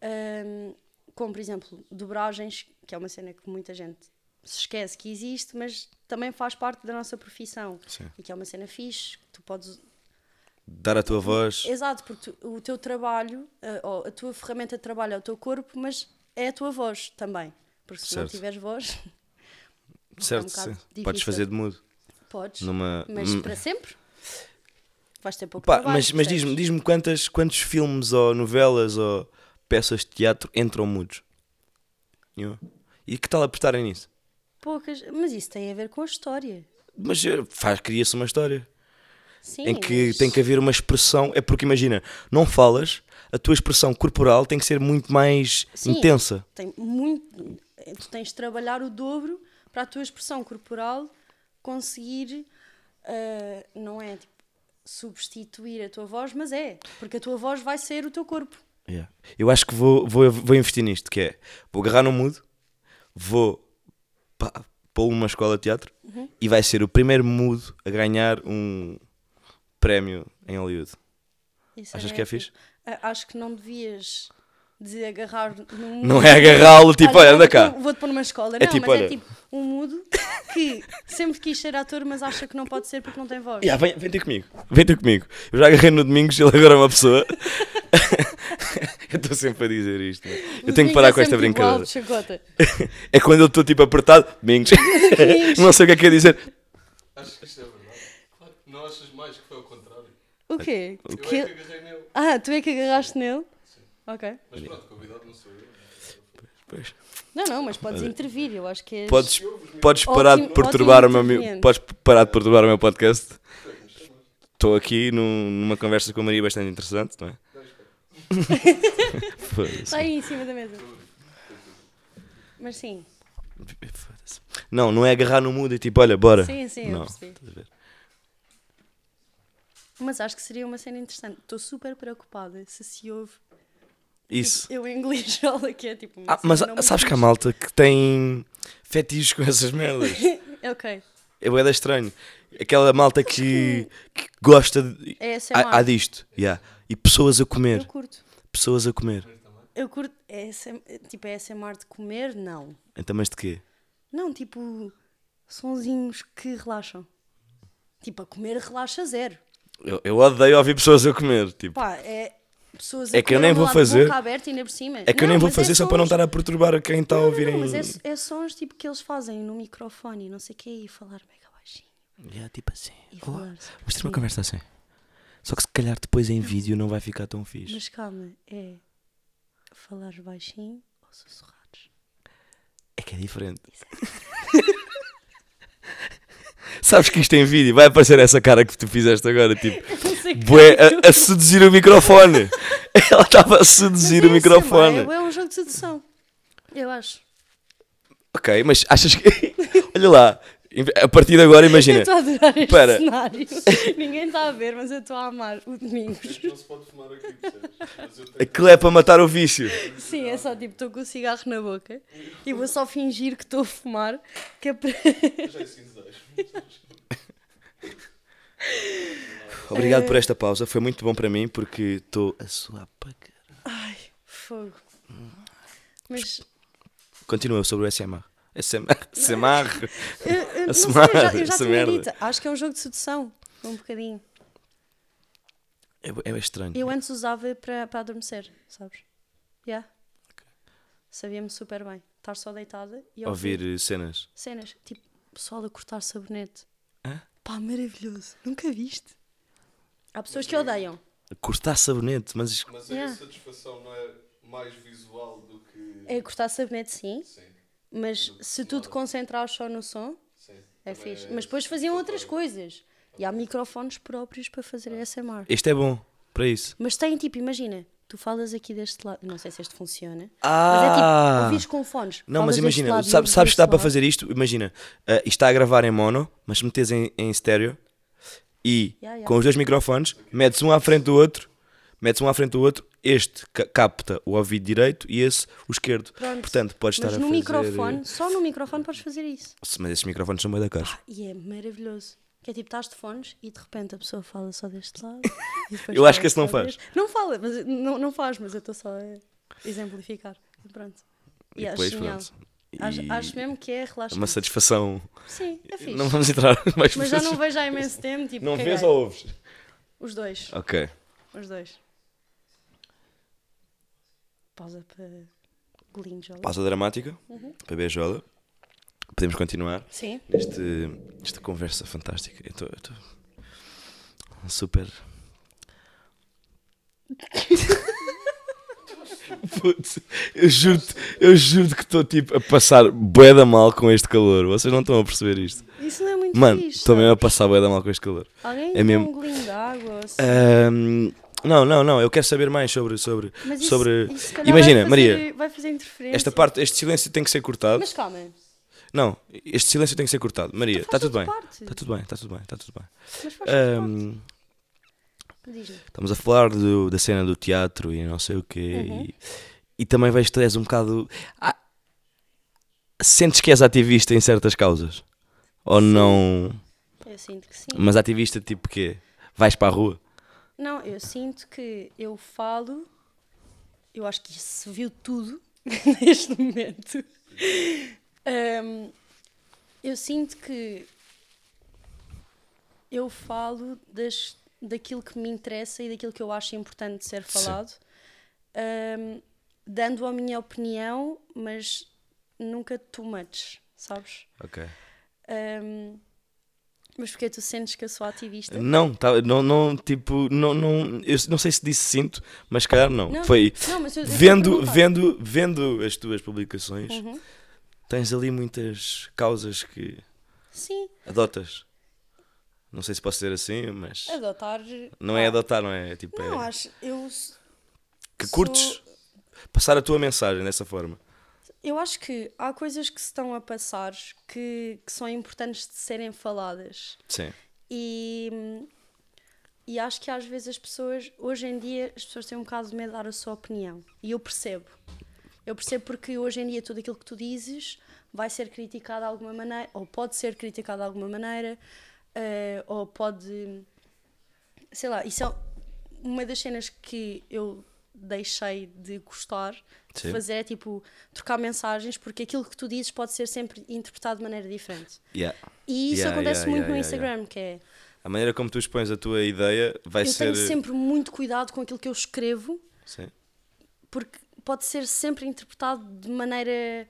[SPEAKER 2] Ahm, como, por exemplo, dobragens, que é uma cena que muita gente se esquece que existe, mas também faz parte da nossa profissão.
[SPEAKER 3] Sim.
[SPEAKER 2] E que é uma cena fixe, que tu podes
[SPEAKER 3] Dar a tua
[SPEAKER 2] um
[SPEAKER 3] voz.
[SPEAKER 2] Exato, porque tu- o teu trabalho, eh, ou a tua ferramenta de trabalho é o teu corpo, mas é a tua voz também. Porque se não
[SPEAKER 3] Certo.
[SPEAKER 2] tiveres voz,
[SPEAKER 3] certo,
[SPEAKER 2] bocado
[SPEAKER 3] sim. Podes
[SPEAKER 2] difícil.
[SPEAKER 3] fazer de mudo.
[SPEAKER 2] podes.
[SPEAKER 3] Numa-
[SPEAKER 2] Mas
[SPEAKER 3] Hum.
[SPEAKER 2] para sempre vais ter pouco
[SPEAKER 3] Pá,
[SPEAKER 2] trabalho.
[SPEAKER 3] mas mas
[SPEAKER 2] percebes?
[SPEAKER 3] diz-me diz quantas, quantos filmes ou novelas ou peças de teatro entram mudos? Nenhuma? E que tal apertarem nisso?
[SPEAKER 2] Poucas, mas isso tem a ver com a história.
[SPEAKER 3] Mas eh, faz, cria-se uma história
[SPEAKER 2] Sim,
[SPEAKER 3] em que
[SPEAKER 2] mas-
[SPEAKER 3] tem que haver uma expressão. É porque imagina, não falas, a tua expressão corporal tem que ser muito mais
[SPEAKER 2] Sim.
[SPEAKER 3] intensa.
[SPEAKER 2] Tem muito, eh, tu tens de trabalhar o dobro para a tua expressão corporal conseguir, eh, não é tipo, substituir a tua voz, mas é, porque a tua voz vai ser o teu corpo.
[SPEAKER 3] Yeah. Eu acho que vou, vou, vou investir nisto, que é vou agarrar no mudo, vou para uma escola de teatro
[SPEAKER 2] Uhum.
[SPEAKER 3] e vai ser o primeiro mudo a ganhar um prémio em Hollywood.
[SPEAKER 2] Isso
[SPEAKER 3] Achas
[SPEAKER 2] era
[SPEAKER 3] que é
[SPEAKER 2] épico.
[SPEAKER 3] fixe?
[SPEAKER 2] A- Acho que não devias dizer agarrar num
[SPEAKER 3] Não
[SPEAKER 2] mudo.
[SPEAKER 3] é agarrá-lo, tipo, olha, anda
[SPEAKER 2] vou-te
[SPEAKER 3] cá.
[SPEAKER 2] pôr- um, Vou-te pôr numa escola.
[SPEAKER 3] É
[SPEAKER 2] não,
[SPEAKER 3] tipo,
[SPEAKER 2] mas
[SPEAKER 3] olha-
[SPEAKER 2] é tipo um mudo que sempre quis ser ator, mas acha que não pode ser porque não tem voz.
[SPEAKER 3] Ya, vem, vem ter comigo, vem ter comigo. Eu já agarrei no Domingos, ele agora é uma pessoa. eu estou sempre a dizer isto. meu.
[SPEAKER 2] O
[SPEAKER 3] Eu tenho que
[SPEAKER 2] Domingos
[SPEAKER 3] parar
[SPEAKER 2] é
[SPEAKER 3] com esta
[SPEAKER 2] sempre igual,
[SPEAKER 3] brincadeira.
[SPEAKER 2] chacota.
[SPEAKER 3] É quando eu estou tipo apertado, Domingos.
[SPEAKER 2] Domingos.
[SPEAKER 3] não sei o que é que é dizer.
[SPEAKER 4] Achas que isto é verdade? Claro que não achas mais que foi ao contrário.
[SPEAKER 2] O quê?
[SPEAKER 4] Eu
[SPEAKER 2] Que-
[SPEAKER 4] é que agarrei nele.
[SPEAKER 2] Ah, tu é que agarraste nele? Ok.
[SPEAKER 4] Mas pronto, convidado não sou eu.
[SPEAKER 3] Pois.
[SPEAKER 2] Não, não, mas podes intervir, eu acho que és...
[SPEAKER 3] Podes, podes parar de
[SPEAKER 2] Ótimo-
[SPEAKER 3] perturbar o
[SPEAKER 2] ótimo
[SPEAKER 3] meu, mi-
[SPEAKER 2] interveniente.
[SPEAKER 3] podes parar de perturbar o meu podcast. Estou aqui num- numa conversa com a Maria bastante interessante, não é? Foda-se.
[SPEAKER 2] Está aí em cima da mesa. Mas sim,
[SPEAKER 3] Foda-se. Não, não é agarrar no mudo e tipo, olha, bora.
[SPEAKER 2] sim, sim, eu
[SPEAKER 3] não.
[SPEAKER 2] percebi.
[SPEAKER 3] Estás a ver?
[SPEAKER 2] Mas acho que seria uma cena interessante. Estou super preocupada se se ouve
[SPEAKER 3] Isso.
[SPEAKER 2] eu em inglês aula que é tipo... uma
[SPEAKER 3] Ah, mas
[SPEAKER 2] cena não
[SPEAKER 3] sabes
[SPEAKER 2] muito
[SPEAKER 3] que há malta que tem fetiches com essas merdas.
[SPEAKER 2] fixe. Ok,
[SPEAKER 3] É bué da estranho. Aquela malta que, que gosta de.
[SPEAKER 2] É ASMR.
[SPEAKER 3] há, há disto. yeah. E pessoas a
[SPEAKER 2] eu
[SPEAKER 3] comer.
[SPEAKER 2] curto.
[SPEAKER 3] Pessoas a comer.
[SPEAKER 2] Eu curto, é SM, tipo, é ASMR de comer? Não.
[SPEAKER 3] Então, mas de quê?
[SPEAKER 2] Não, tipo, sonzinhos que relaxam. Tipo, a comer relaxa zero.
[SPEAKER 3] Eu, eu odeio ouvir pessoas a comer. Tipo,
[SPEAKER 2] Pá, é pessoas
[SPEAKER 3] É que eu
[SPEAKER 2] comer
[SPEAKER 3] nem
[SPEAKER 2] ao
[SPEAKER 3] vou
[SPEAKER 2] lado,
[SPEAKER 3] fazer.
[SPEAKER 2] boca aberta e ainda por cima.
[SPEAKER 3] é que eu nem
[SPEAKER 2] Não,
[SPEAKER 3] vou
[SPEAKER 2] mas
[SPEAKER 3] fazer
[SPEAKER 2] é
[SPEAKER 3] só para não
[SPEAKER 2] sons-
[SPEAKER 3] estar a perturbar a quem está a
[SPEAKER 2] Não,
[SPEAKER 3] ouvir
[SPEAKER 2] não,
[SPEAKER 3] em.
[SPEAKER 2] mas é, é sons tipo que eles fazem no microfone e não sei o que e falar mega baixinho.
[SPEAKER 3] Yeah, tipo assim.
[SPEAKER 2] E
[SPEAKER 3] Oh,
[SPEAKER 2] falar só
[SPEAKER 3] Vamos ter
[SPEAKER 2] assim.
[SPEAKER 3] uma conversa assim. Só que se calhar depois em vídeo não vai ficar tão fixe.
[SPEAKER 2] Mas calma, é falar baixinho ou sussurrados.
[SPEAKER 3] É que é diferente. Sabes que isto em vídeo vai aparecer essa cara que tu fizeste agora, tipo,
[SPEAKER 2] Não sei que
[SPEAKER 3] bué,
[SPEAKER 2] caralho.
[SPEAKER 3] a, a seduzir o microfone. Ela estava a seduzir
[SPEAKER 2] Mas
[SPEAKER 3] o
[SPEAKER 2] é isso,
[SPEAKER 3] microfone.
[SPEAKER 2] mãe, É um jogo de sedução. Eu acho.
[SPEAKER 3] Ok, mas achas que. Olha lá, a partir de agora,
[SPEAKER 2] Eu
[SPEAKER 3] imagina.
[SPEAKER 2] estou a adorar este
[SPEAKER 3] Para.
[SPEAKER 2] cenário. Ninguém está a ver, mas eu estou a amar o Domingos.
[SPEAKER 4] Não se pode fumar aqui, percebes? Mas eu tenho
[SPEAKER 3] Aquilo é para matar o vício.
[SPEAKER 2] Sim, é só tipo, estou com o cigarro na boca e vou só fingir que estou a fumar, que é para...
[SPEAKER 4] já esse desejo.
[SPEAKER 3] Obrigado por esta pausa, foi muito bom para mim porque estou a suar para caralho.
[SPEAKER 2] Ai, fogo. Mas
[SPEAKER 3] Continua sobre o SMR. SMR. SMR.
[SPEAKER 2] eu, eu não sei,
[SPEAKER 3] Assumar,
[SPEAKER 2] eu já, eu já
[SPEAKER 3] essa
[SPEAKER 2] tinha
[SPEAKER 3] merda.
[SPEAKER 2] dito, acho que é um jogo de sedução, um bocadinho.
[SPEAKER 3] É, é estranho.
[SPEAKER 2] Eu antes usava para para adormecer, sabes? Já. Sabia-me super bem. Estar só deitada e ouvir,
[SPEAKER 3] Ouvir eh, cenas.
[SPEAKER 2] cenas, tipo pessoal a cortar sabonete.
[SPEAKER 3] Hã?
[SPEAKER 2] Pá, maravilhoso. Nunca viste? Há pessoas que odeiam.
[SPEAKER 3] Cortar sabonete, mas isto-
[SPEAKER 4] Mas a
[SPEAKER 2] Yeah.
[SPEAKER 4] satisfação não é mais visual do que.
[SPEAKER 2] É cortar sabonete, sim,
[SPEAKER 4] Sim,
[SPEAKER 2] mas se tu te concentrares só no som,
[SPEAKER 4] sim.
[SPEAKER 2] é fixe. Mas depois faziam outras coisas. E há microfones próprios para fazer
[SPEAKER 4] Ah.
[SPEAKER 2] ASMR.
[SPEAKER 3] este é bom para isso.
[SPEAKER 2] Mas tem tipo, imagina, tu falas aqui deste lado, não sei se este funciona, mas é
[SPEAKER 3] Ah!
[SPEAKER 2] tipo, ouvis com fones.
[SPEAKER 3] Não,
[SPEAKER 2] falas
[SPEAKER 3] mas
[SPEAKER 2] deste
[SPEAKER 3] imagina,
[SPEAKER 2] lado,
[SPEAKER 3] sabe-
[SPEAKER 2] ouvis
[SPEAKER 3] sabes que dá
[SPEAKER 2] deste
[SPEAKER 3] para
[SPEAKER 2] lado.
[SPEAKER 3] fazer isto? Imagina, ah, isto está a gravar em mono, mas se metes em, em estéreo e
[SPEAKER 2] Ya, ya.
[SPEAKER 3] com os dois microfones, metes um à frente do outro, metes um à frente do outro, este ca- capta o ouvido direito e esse o esquerdo.
[SPEAKER 2] Pronto.
[SPEAKER 3] Portanto, podes estar
[SPEAKER 2] Mas
[SPEAKER 3] a
[SPEAKER 2] no
[SPEAKER 3] fazer...
[SPEAKER 2] microfone, só no microfone podes fazer isso.
[SPEAKER 3] Se- Mas esses microfones são bem da caixa.
[SPEAKER 2] E é maravilhoso. Que é tipo, estás de fones e de repente a pessoa fala só deste lado. e depois
[SPEAKER 3] Eu acho
[SPEAKER 2] fala
[SPEAKER 3] que esse
[SPEAKER 2] só
[SPEAKER 3] não faz.
[SPEAKER 2] deste. Não fala, mas não, não faz, mas eu estou só a exemplificar. E pronto. E,
[SPEAKER 3] e
[SPEAKER 2] acho
[SPEAKER 3] depois,
[SPEAKER 2] genial.
[SPEAKER 3] pronto.
[SPEAKER 2] Acho,
[SPEAKER 3] E
[SPEAKER 2] acho mesmo que é
[SPEAKER 3] é
[SPEAKER 2] relaxante.
[SPEAKER 3] Uma satisfação.
[SPEAKER 2] Sim, é fixe.
[SPEAKER 3] Não vamos entrar mais
[SPEAKER 2] Mas já não vejo há imenso tempo. Tipo,
[SPEAKER 3] Não vês
[SPEAKER 2] caguei.
[SPEAKER 3] ou Ah. ouves?
[SPEAKER 2] Os dois.
[SPEAKER 3] Ok.
[SPEAKER 2] Os dois. Pausa para golinhos. olha.
[SPEAKER 3] Pausa dramática
[SPEAKER 2] Uhum.
[SPEAKER 3] para beijola. Podemos continuar.
[SPEAKER 2] Sim.
[SPEAKER 3] neste, esta conversa fantástica. Eu estou- eu estou super. Putz, eu juro-te, eu juro que estou tipo a passar bué da mal com este calor. Vocês não estão a perceber isto.
[SPEAKER 2] Isso não é muito
[SPEAKER 3] Mano,
[SPEAKER 2] fixe.
[SPEAKER 3] estou mesmo a passar bué da mal com este calor.
[SPEAKER 2] Alguém
[SPEAKER 3] É
[SPEAKER 2] tem
[SPEAKER 3] mesmo. Ah,
[SPEAKER 2] um golinho de água? ou assim. se-
[SPEAKER 3] Ahm, não, não, não, eu quero saber mais sobre sobre
[SPEAKER 2] Mas isso-
[SPEAKER 3] sobre
[SPEAKER 2] isso se calhar
[SPEAKER 3] Imagina,
[SPEAKER 2] vai fazer-
[SPEAKER 3] Maria,
[SPEAKER 2] Vai fazer interferência.
[SPEAKER 3] esta parte, este silêncio tem que ser cortado.
[SPEAKER 2] Mas calma.
[SPEAKER 3] Não, este silêncio tem que ser cortado. Maria,
[SPEAKER 2] Então
[SPEAKER 3] está
[SPEAKER 2] faz
[SPEAKER 3] tá tudo
[SPEAKER 2] outra
[SPEAKER 3] bem.
[SPEAKER 2] parte.
[SPEAKER 3] Está tudo bem, está tudo bem, está tudo bem.
[SPEAKER 2] Mas faz
[SPEAKER 3] Ahm,
[SPEAKER 2] parte. Diz-me.
[SPEAKER 3] Estamos a falar do- da cena do teatro
[SPEAKER 2] Uhum.
[SPEAKER 3] e não sei o quê. E, e também vejo que tu és um bocado. Ah, Sentes que és ativista em certas causas? Ou não?
[SPEAKER 2] Eu sinto que sim.
[SPEAKER 3] Mas ativista tipo quê? Vais para a rua?
[SPEAKER 2] Não, eu sinto que eu falo, eu acho que isso se viu tudo neste momento. Ahm, eu sinto que eu falo das, daquilo que me interessa e daquilo que eu acho importante de ser falado, ahm, dando a minha opinião, mas nunca too much, sabes?
[SPEAKER 3] Ok.
[SPEAKER 2] Ahm, mas porque tu sentes que eu sou ativista?
[SPEAKER 3] Não, tá- não, não, tipo, não, não, eu não sei se disse sinto, mas se calhar não.
[SPEAKER 2] Não,
[SPEAKER 3] Foi
[SPEAKER 2] não, mas eu- eu tô a
[SPEAKER 3] vendo,
[SPEAKER 2] perguntar.
[SPEAKER 3] vendo, vendo as tuas publicações,
[SPEAKER 2] Uhum.
[SPEAKER 3] tens ali muitas causas que
[SPEAKER 2] Sim,
[SPEAKER 3] adotas. Não sei se posso dizer assim, mas
[SPEAKER 2] adotar.
[SPEAKER 3] não é
[SPEAKER 2] Ah,
[SPEAKER 3] adotar, não é? É Tipo,
[SPEAKER 2] Não,
[SPEAKER 3] é,
[SPEAKER 2] acho. Eu, s-
[SPEAKER 3] que
[SPEAKER 2] sou-
[SPEAKER 3] curtes passar a tua mensagem dessa forma.
[SPEAKER 2] eu acho que há coisas que se estão a passar que, que são importantes de serem faladas.
[SPEAKER 3] Sim.
[SPEAKER 2] E, e acho que às vezes as pessoas, hoje em dia, as pessoas têm um bocado de medo de dar a sua opinião. E eu percebo. Eu percebo porque hoje em dia tudo aquilo que tu dizes vai ser criticado de alguma maneira, ou pode ser criticado de alguma maneira, eh, ou pode. Sei lá, isso é uma das cenas que eu deixei de gostar de
[SPEAKER 3] Sim.
[SPEAKER 2] fazer é tipo trocar mensagens, porque aquilo que tu dizes pode ser sempre interpretado de maneira diferente.
[SPEAKER 3] Yeah.
[SPEAKER 2] E isso
[SPEAKER 3] Yeah,
[SPEAKER 2] acontece
[SPEAKER 3] yeah,
[SPEAKER 2] muito
[SPEAKER 3] yeah,
[SPEAKER 2] no
[SPEAKER 3] yeah,
[SPEAKER 2] Instagram,
[SPEAKER 3] yeah.
[SPEAKER 2] que é
[SPEAKER 3] A maneira como tu expões a tua ideia vai
[SPEAKER 2] eu
[SPEAKER 3] ser. eh,
[SPEAKER 2] tenho sempre muito cuidado com aquilo que eu escrevo,
[SPEAKER 3] Sim.
[SPEAKER 2] porque pode ser sempre interpretado de maneira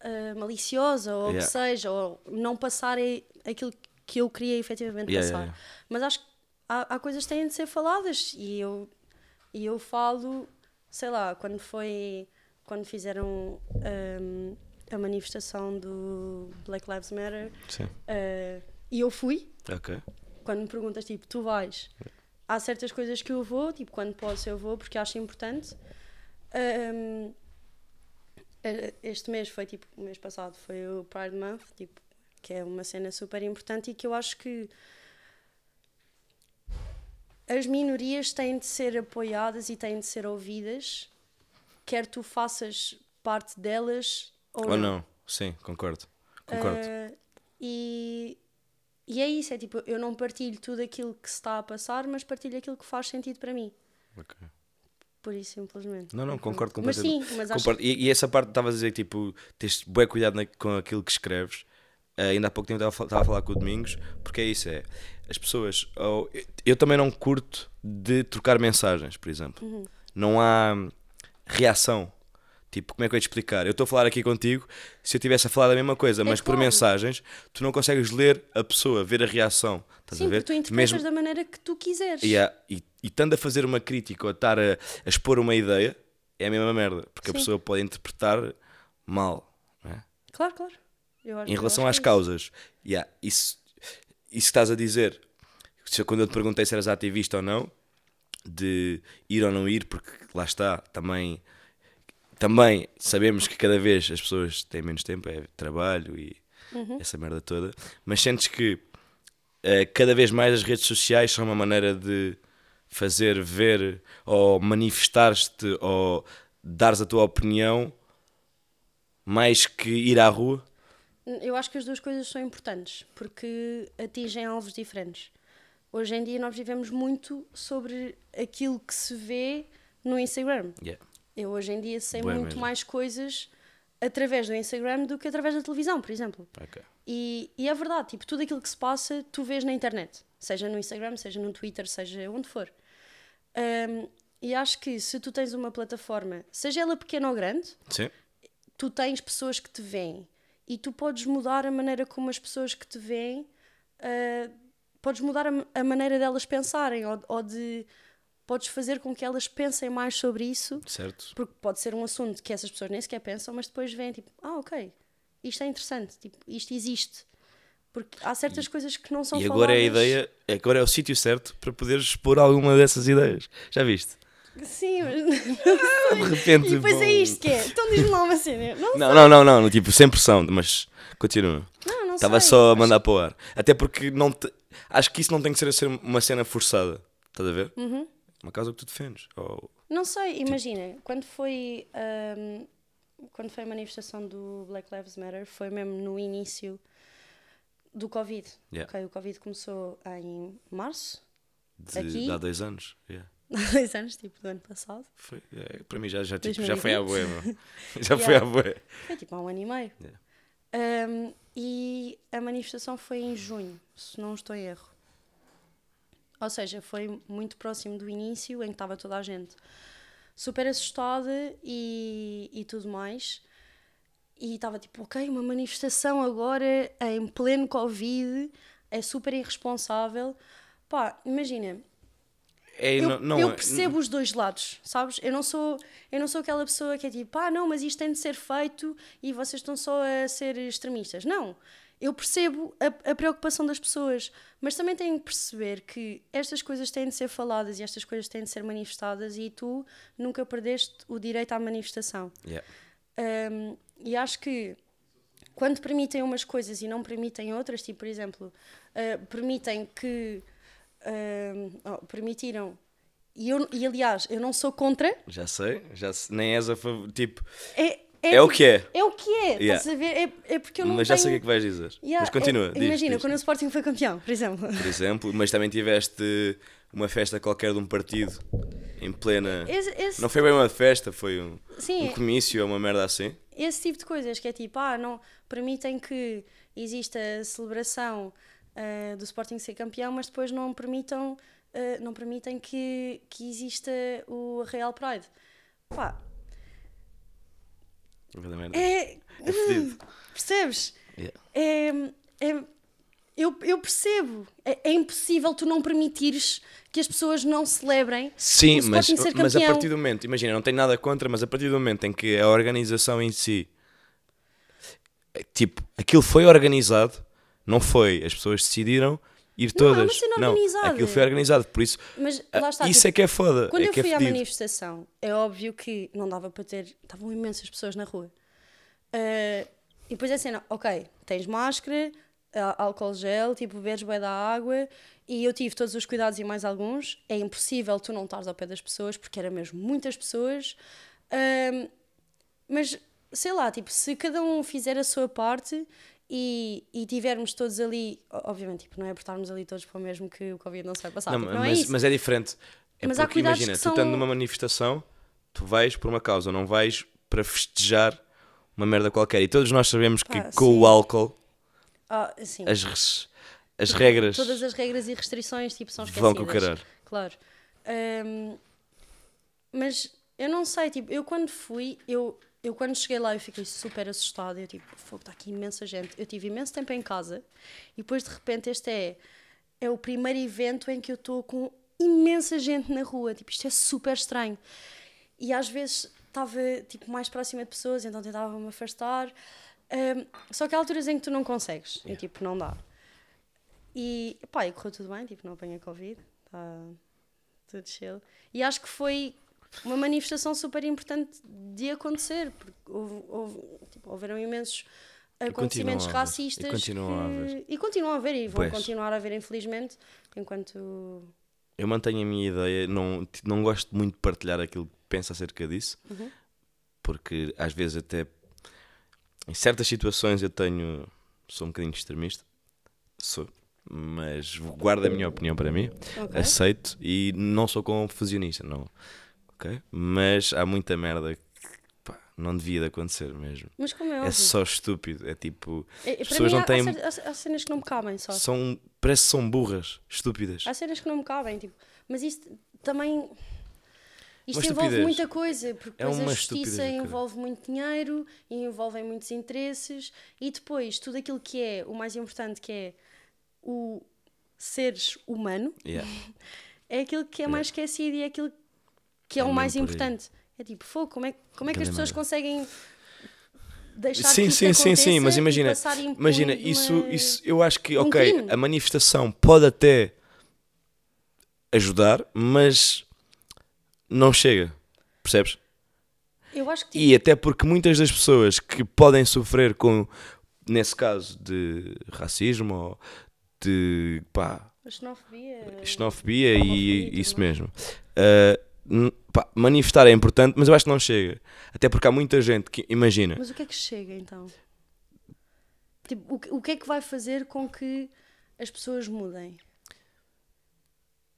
[SPEAKER 2] ah, maliciosa ou o que
[SPEAKER 3] Yeah.
[SPEAKER 2] seja, ou não passar e- aquilo que eu queria efetivamente
[SPEAKER 3] Yeah,
[SPEAKER 2] passar.
[SPEAKER 3] yeah,
[SPEAKER 2] Mas acho que há, há coisas que têm de ser faladas e eu, e eu falo, sei lá, quando foi. Quando fizeram ahm, a manifestação do Black Lives Matter
[SPEAKER 3] Sim.
[SPEAKER 2] ah, e eu fui
[SPEAKER 3] Ok.
[SPEAKER 2] quando me perguntas, tipo, tu vais, há certas coisas que eu vou, tipo, quando posso eu vou, porque acho importante. Ahm, eh, este mês foi, tipo, o mês passado foi o Pride Month, tipo, que é uma cena super importante e que eu acho que as minorias têm de ser apoiadas e têm de ser ouvidas, quer tu faças parte delas ou,
[SPEAKER 3] Ou não? Sim, concordo. Concordo.
[SPEAKER 2] ah, e, e é isso, é tipo, eu não partilho tudo aquilo que se está a passar, mas partilho aquilo que faz sentido para mim.
[SPEAKER 3] Ok.
[SPEAKER 2] Por isso, simplesmente. Uhum.
[SPEAKER 3] Não, não, concordo
[SPEAKER 2] Mas
[SPEAKER 3] completamente.
[SPEAKER 2] sim, mas acho
[SPEAKER 3] Concordo. E, e essa parte que estavas a dizer, tipo, tens bem cuidado na- com aquilo que escreves. Eh, ainda há pouco tempo estava a fal- estava a falar com o Domingos, porque é isso, é. As pessoas. ou- eu, eu também não curto de trocar mensagens, por exemplo.
[SPEAKER 2] Uhum.
[SPEAKER 3] Não há hum, reação. Tipo, como é que eu ia te explicar? Eu estou a falar aqui contigo, se eu estivesse a falar da mesma coisa, mas por
[SPEAKER 2] É claro.
[SPEAKER 3] mensagens, tu não consegues ler a pessoa, ver a reação. Estás
[SPEAKER 2] Sim,
[SPEAKER 3] a ver?
[SPEAKER 2] porque tu interpretas
[SPEAKER 3] Mesmo-
[SPEAKER 2] da maneira que tu quiseres.
[SPEAKER 3] Yeah, E, e estando a fazer uma crítica ou estar a, a expor uma ideia, é a mesma merda, porque a
[SPEAKER 2] Sim.
[SPEAKER 3] pessoa pode interpretar mal. não é?
[SPEAKER 2] Claro, claro. Eu acho-
[SPEAKER 3] Em
[SPEAKER 2] eu
[SPEAKER 3] relação às
[SPEAKER 2] acho que é isso.
[SPEAKER 3] causas, yeah, isso, isso que estás a dizer, se eu- quando eu te perguntei se eras ativista ou não, de ir ou não ir, porque lá está, também, também sabemos que cada vez as pessoas têm menos tempo, é trabalho e essa merda toda, mas sentes que eh, cada vez mais as redes sociais são uma maneira de fazer ver ou manifestar-te ou dares a tua opinião mais que ir à rua?
[SPEAKER 2] Eu acho que as duas coisas são importantes porque atingem alvos diferentes. Hoje em dia nós vivemos muito sobre aquilo que se vê no Instagram.
[SPEAKER 3] Yeah.
[SPEAKER 2] Eu hoje em dia sei
[SPEAKER 3] Bué
[SPEAKER 2] muito
[SPEAKER 3] mesmo.
[SPEAKER 2] mais coisas através do Instagram do que através da televisão, por exemplo.
[SPEAKER 3] Ok.
[SPEAKER 2] E, e é verdade, tipo, tudo aquilo que se passa tu vês na internet, seja no Instagram, seja no Twitter, seja onde for. Ahm, e acho que se tu tens uma plataforma, seja ela pequena ou grande,
[SPEAKER 3] Sim.
[SPEAKER 2] tu tens pessoas que te veem e tu podes mudar a maneira como as pessoas que te veem ah, podes mudar a, a maneira delas pensarem ou, ou de podes fazer com que elas pensem mais sobre isso
[SPEAKER 3] Certo.
[SPEAKER 2] porque pode ser um assunto que essas pessoas nem sequer pensam, mas depois veem tipo, ah, ok, isto é interessante, tipo, isto existe. Porque há certas coisas que não são
[SPEAKER 3] E agora é a
[SPEAKER 2] faladas.
[SPEAKER 3] ideia, agora é o sítio certo para poderes expor alguma dessas ideias. Já viste?
[SPEAKER 2] Sim, mas.
[SPEAKER 3] De repente.
[SPEAKER 2] e depois
[SPEAKER 3] bom.
[SPEAKER 2] é isto que é. Então diz-me lá uma cena. Não,
[SPEAKER 3] Não, não, não, não, tipo, sem pressão, mas continua.
[SPEAKER 2] não, não
[SPEAKER 3] Estava
[SPEAKER 2] sei.
[SPEAKER 3] só a mandar para o ar. Até porque não te- acho que isso não tem que ser a ser uma cena forçada. Estás a ver?
[SPEAKER 2] Uhum.
[SPEAKER 3] Uma causa que tu defendes. Ou-
[SPEAKER 2] Não sei, imagina, quando foi. ahm, hum, quando foi a manifestação do Black Lives Matter, foi mesmo no início do Covid.
[SPEAKER 3] Yeah.
[SPEAKER 2] Ok, o Covid começou em março,
[SPEAKER 3] De,
[SPEAKER 2] Aqui?
[SPEAKER 3] de há dois anos. yeah.
[SPEAKER 2] há dois anos, tipo do ano passado.
[SPEAKER 3] Foi- é, para mim já, já, tipo, já foi à
[SPEAKER 2] 2020.
[SPEAKER 3] boé, meu. Já foi à boé.
[SPEAKER 2] Foi tipo há um ano e meio.
[SPEAKER 3] Yeah.
[SPEAKER 2] Um, e a manifestação foi em junho, se não estou em erro. Ou seja, foi muito próximo do início em que estava toda a gente super assustada e, e tudo mais. E estava tipo, ok, uma manifestação agora em pleno Covid é super irresponsável. Pá, imagina,
[SPEAKER 3] É,
[SPEAKER 2] eu,
[SPEAKER 3] não- não
[SPEAKER 2] eu
[SPEAKER 3] é-
[SPEAKER 2] percebo os dois lados, sabes? Eu não, sou, eu não sou aquela pessoa que é tipo, ah, não, mas isto tem de ser feito e vocês estão só a ser extremistas. Não. Eu percebo a, a preocupação das pessoas, mas também tenho que perceber que estas coisas têm de ser faladas e estas coisas têm de ser manifestadas e tu nunca perdeste o direito à manifestação.
[SPEAKER 3] Yeah.
[SPEAKER 2] Um, e acho que quando permitem umas coisas e não permitem outras, tipo, por exemplo, uh, permitem que. um, oh, permitiram. E, eu, e aliás, eu não sou contra.
[SPEAKER 3] Já sei, já se- nem és a favor. Tipo,
[SPEAKER 2] É,
[SPEAKER 3] É o
[SPEAKER 2] tipo-
[SPEAKER 3] que é.
[SPEAKER 2] É o que é.
[SPEAKER 3] Yeah.
[SPEAKER 2] Estás a ver? É, é porque eu não
[SPEAKER 3] mas já
[SPEAKER 2] tenho...
[SPEAKER 3] sei o que é que vais dizer.
[SPEAKER 2] Yeah,
[SPEAKER 3] mas continua.
[SPEAKER 2] é-
[SPEAKER 3] diz,
[SPEAKER 2] imagina,
[SPEAKER 3] diz.
[SPEAKER 2] quando o Sporting foi campeão, por exemplo.
[SPEAKER 3] Por exemplo, mas também tiveste uma festa qualquer de um partido em plena.
[SPEAKER 2] Esse- esse-
[SPEAKER 3] Não foi bem uma festa, foi um,
[SPEAKER 2] Sim,
[SPEAKER 3] um
[SPEAKER 2] é-
[SPEAKER 3] comício ou uma merda assim.
[SPEAKER 2] esse tipo de coisas que é tipo, ah, não permitem que exista a celebração ah, do Sporting ser campeão, mas depois não permitam, ah, não permitem que, que exista o Real Pride. Pá,
[SPEAKER 3] Aquela merda.
[SPEAKER 2] é.
[SPEAKER 3] É fedido.
[SPEAKER 2] Percebes?
[SPEAKER 3] Yeah.
[SPEAKER 2] É. é eu, eu percebo. É, é impossível tu não permitires que as pessoas não celebrem
[SPEAKER 3] Sim,
[SPEAKER 2] o
[SPEAKER 3] mas,
[SPEAKER 2] Sporting ser
[SPEAKER 3] mas a
[SPEAKER 2] campeão.
[SPEAKER 3] partir do momento, imagina, não tenho nada contra, mas a partir do momento em que a organização em si, é, tipo, aquilo foi organizado, não foi, as pessoas decidiram ir
[SPEAKER 2] Não, é uma
[SPEAKER 3] todas.
[SPEAKER 2] cena organizada.
[SPEAKER 3] aquilo foi organizado, por isso,
[SPEAKER 2] Mas
[SPEAKER 3] ah,
[SPEAKER 2] lá está,
[SPEAKER 3] isso
[SPEAKER 2] tipo,
[SPEAKER 3] é que é foda,
[SPEAKER 2] Quando
[SPEAKER 3] é
[SPEAKER 2] eu
[SPEAKER 3] que é
[SPEAKER 2] fui à
[SPEAKER 3] fedido.
[SPEAKER 2] manifestação, é óbvio que não dava para ter. Estavam imensas pessoas na rua. Ah, e depois é assim, não, ok, tens máscara, á- álcool gel, tipo, bebes bem da água. E eu tive todos os cuidados e mais alguns. É impossível tu não estares ao pé das pessoas, porque era mesmo muitas pessoas. Ah, mas sei lá, tipo, se cada um fizer a sua parte e, e tivermos todos ali, o- obviamente, tipo, não é por estarmos ali todos para o mesmo que o Covid não se vai passar,
[SPEAKER 3] Não,
[SPEAKER 2] tipo, não, é
[SPEAKER 3] mas,
[SPEAKER 2] isso.
[SPEAKER 3] mas é diferente. É
[SPEAKER 2] Mas há
[SPEAKER 3] porque
[SPEAKER 2] cuidados
[SPEAKER 3] imagina,
[SPEAKER 2] que
[SPEAKER 3] tu
[SPEAKER 2] são-
[SPEAKER 3] estando numa manifestação, tu vais por uma causa, não vais para festejar uma merda qualquer. E todos nós sabemos que
[SPEAKER 2] Pá,
[SPEAKER 3] com
[SPEAKER 2] sim.
[SPEAKER 3] o álcool
[SPEAKER 2] Ah, sim.
[SPEAKER 3] as, res- as regras.
[SPEAKER 2] Tipo, Todas as regras e restrições tipo, são esquecidas.
[SPEAKER 3] Vão com o caralho.
[SPEAKER 2] Claro. Ahm, mas eu não sei, tipo, eu quando fui, eu, eu quando cheguei lá eu fiquei super assustada. Eu tipo, fogo, está aqui imensa gente. Eu tive imenso tempo em casa e depois de repente este é, é o primeiro evento em que eu estou com imensa gente na rua. Tipo, isto é super estranho. E às vezes estava tipo, mais próxima de pessoas, então tentava-me afastar. Ahm, só que há alturas em que tu não consegues. E tipo, não dá. E, pá, e correu tudo bem, tipo, não apanhei Covid, tá tudo chill. E acho que foi uma manifestação super importante de acontecer, porque houve, houve, tipo, houveram imensos acontecimentos
[SPEAKER 3] a haver,
[SPEAKER 2] racistas.
[SPEAKER 3] e continuam a haver.
[SPEAKER 2] que- e continuam a haver, e vão
[SPEAKER 3] Pois.
[SPEAKER 2] continuar a haver, infelizmente, enquanto.
[SPEAKER 3] Eu mantenho a minha ideia, não, t- não gosto muito de partilhar aquilo que penso acerca disso,
[SPEAKER 2] Uhum.
[SPEAKER 3] porque às vezes até em certas situações eu tenho. sou um bocadinho extremista, sou, mas guardo a minha opinião para mim, aceito e não sou confusionista, não. Ok? Mas há muita merda que pá, não devia de acontecer mesmo.
[SPEAKER 2] Mas como é
[SPEAKER 3] É
[SPEAKER 2] óbvio.
[SPEAKER 3] só estúpido, é tipo.
[SPEAKER 2] É- é-
[SPEAKER 3] as
[SPEAKER 2] para
[SPEAKER 3] pessoas
[SPEAKER 2] mim,
[SPEAKER 3] não
[SPEAKER 2] há-
[SPEAKER 3] têm.
[SPEAKER 2] há, cer- há- há cenas que não me cabem só.
[SPEAKER 3] São, parece que são burras, estúpidas.
[SPEAKER 2] Há cenas que não me cabem, tipo, mas isto também. Isto
[SPEAKER 3] Uma
[SPEAKER 2] envolve
[SPEAKER 3] estupidez.
[SPEAKER 2] muita coisa, porque
[SPEAKER 3] É
[SPEAKER 2] depois a
[SPEAKER 3] uma estupidez do
[SPEAKER 2] justiça
[SPEAKER 3] caralho.
[SPEAKER 2] envolve muito dinheiro e envolvem muitos interesses, e depois tudo aquilo que é o mais importante, que é o seres humano,
[SPEAKER 3] Yeah.
[SPEAKER 2] é aquilo que é mais esquecido e é aquilo que é,
[SPEAKER 3] É
[SPEAKER 2] o
[SPEAKER 3] mesmo
[SPEAKER 2] mais
[SPEAKER 3] por aí.
[SPEAKER 2] importante. É tipo, fogo, como é, como é que as
[SPEAKER 3] Grande
[SPEAKER 2] pessoas
[SPEAKER 3] merda.
[SPEAKER 2] conseguem deixar que
[SPEAKER 3] sim,
[SPEAKER 2] isto
[SPEAKER 3] sim, sim, sim, mas
[SPEAKER 2] aconteça e
[SPEAKER 3] imagina,
[SPEAKER 2] passar impune
[SPEAKER 3] imagina
[SPEAKER 2] de uma-
[SPEAKER 3] isso, isso, eu acho que,
[SPEAKER 2] um
[SPEAKER 3] ok,
[SPEAKER 2] crime.
[SPEAKER 3] a manifestação pode até ajudar, mas não chega, percebes?
[SPEAKER 2] Eu acho que tipo,
[SPEAKER 3] E até porque muitas das pessoas que podem sofrer com, nesse caso, de racismo ou de, pá,
[SPEAKER 2] a xenofobia.
[SPEAKER 3] é xenofobia
[SPEAKER 2] É, Homofobia e
[SPEAKER 3] e
[SPEAKER 2] tudo
[SPEAKER 3] isso
[SPEAKER 2] mais.
[SPEAKER 3] mesmo. Uh, n- pá, manifestar é importante, mas eu acho que não chega. Até porque há muita gente que, imagina,
[SPEAKER 2] Mas o que é que chega então? Tipo, o, que- o que é que vai fazer com que as pessoas mudem?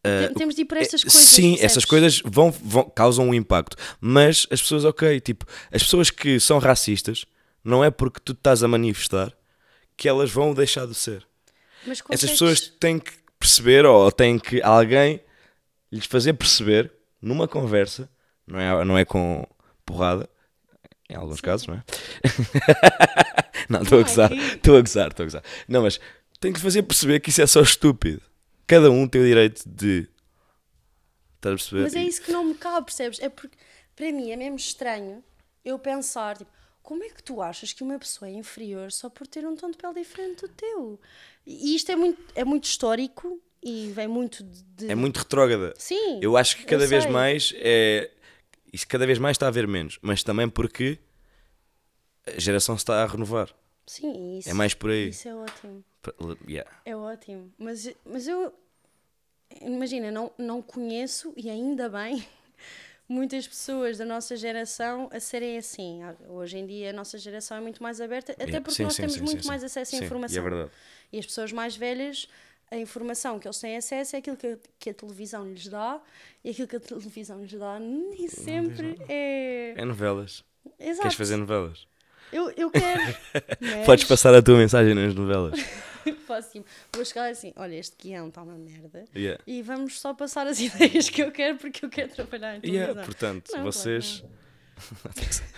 [SPEAKER 2] Tem- Temos de ir para estas
[SPEAKER 3] É,
[SPEAKER 2] coisas.
[SPEAKER 3] Sim,
[SPEAKER 2] percebes?
[SPEAKER 3] essas coisas vão, vão- causam um impacto. Mas as pessoas, ok, tipo, as pessoas que são racistas, não é porque tu estás a manifestar que elas vão deixar de ser.
[SPEAKER 2] Mas
[SPEAKER 3] Essas
[SPEAKER 2] consegues-
[SPEAKER 3] pessoas têm que perceber, ou têm que alguém lhes fazer perceber, numa conversa, não é, não é com porrada, em alguns casos, não é? não, estou a
[SPEAKER 2] Não,
[SPEAKER 3] gozar,
[SPEAKER 2] aqui-
[SPEAKER 3] estou a gozar, estou a gozar. Não, mas tem que lhes fazer perceber que isso é só estúpido. Cada um tem o direito de. Estás a perceber?
[SPEAKER 2] Mas é isso que não me cabe, percebes? É porque para mim é mesmo estranho eu pensar, tipo, como é que tu achas que uma pessoa é inferior só por ter um tom de pele diferente do teu? E isto é muito, é muito histórico e vem muito de. de-
[SPEAKER 3] É muito retrógrada.
[SPEAKER 2] Sim,
[SPEAKER 3] Eu acho que
[SPEAKER 2] eu
[SPEAKER 3] cada vez
[SPEAKER 2] sei.
[SPEAKER 3] mais é. Isso cada vez mais está a haver menos, mas também porque a geração se está a renovar.
[SPEAKER 2] Sim, isso.
[SPEAKER 3] É mais por aí.
[SPEAKER 2] Isso é ótimo.
[SPEAKER 3] Pra- Yeah.
[SPEAKER 2] É ótimo. Mas, mas eu. Imagina, não, não conheço, e ainda bem, muitas pessoas da nossa geração a serem assim. Hoje em dia a nossa geração é muito mais aberta, até
[SPEAKER 3] Yeah,
[SPEAKER 2] porque
[SPEAKER 3] sim,
[SPEAKER 2] nós
[SPEAKER 3] sim,
[SPEAKER 2] temos
[SPEAKER 3] sim,
[SPEAKER 2] muito
[SPEAKER 3] sim,
[SPEAKER 2] mais
[SPEAKER 3] sim.
[SPEAKER 2] acesso à
[SPEAKER 3] Sim, e é
[SPEAKER 2] informação.
[SPEAKER 3] verdade.
[SPEAKER 2] E as pessoas mais velhas, a informação que eles têm acesso é aquilo que a, que a televisão lhes dá, e aquilo que a televisão lhes dá nem sempre é.
[SPEAKER 3] É novelas.
[SPEAKER 2] Exato.
[SPEAKER 3] Queres fazer novelas?
[SPEAKER 2] eu, eu quero. mas-
[SPEAKER 3] Podes passar a tua mensagem nas novelas.
[SPEAKER 2] Posso ir- Vou chegar assim, olha, este guião está uma merda.
[SPEAKER 3] Yeah.
[SPEAKER 2] E vamos só passar as ideias que eu quero porque eu quero trabalhar em televisão.
[SPEAKER 3] Yeah, portanto,
[SPEAKER 2] Não, claro
[SPEAKER 3] vocês.
[SPEAKER 2] que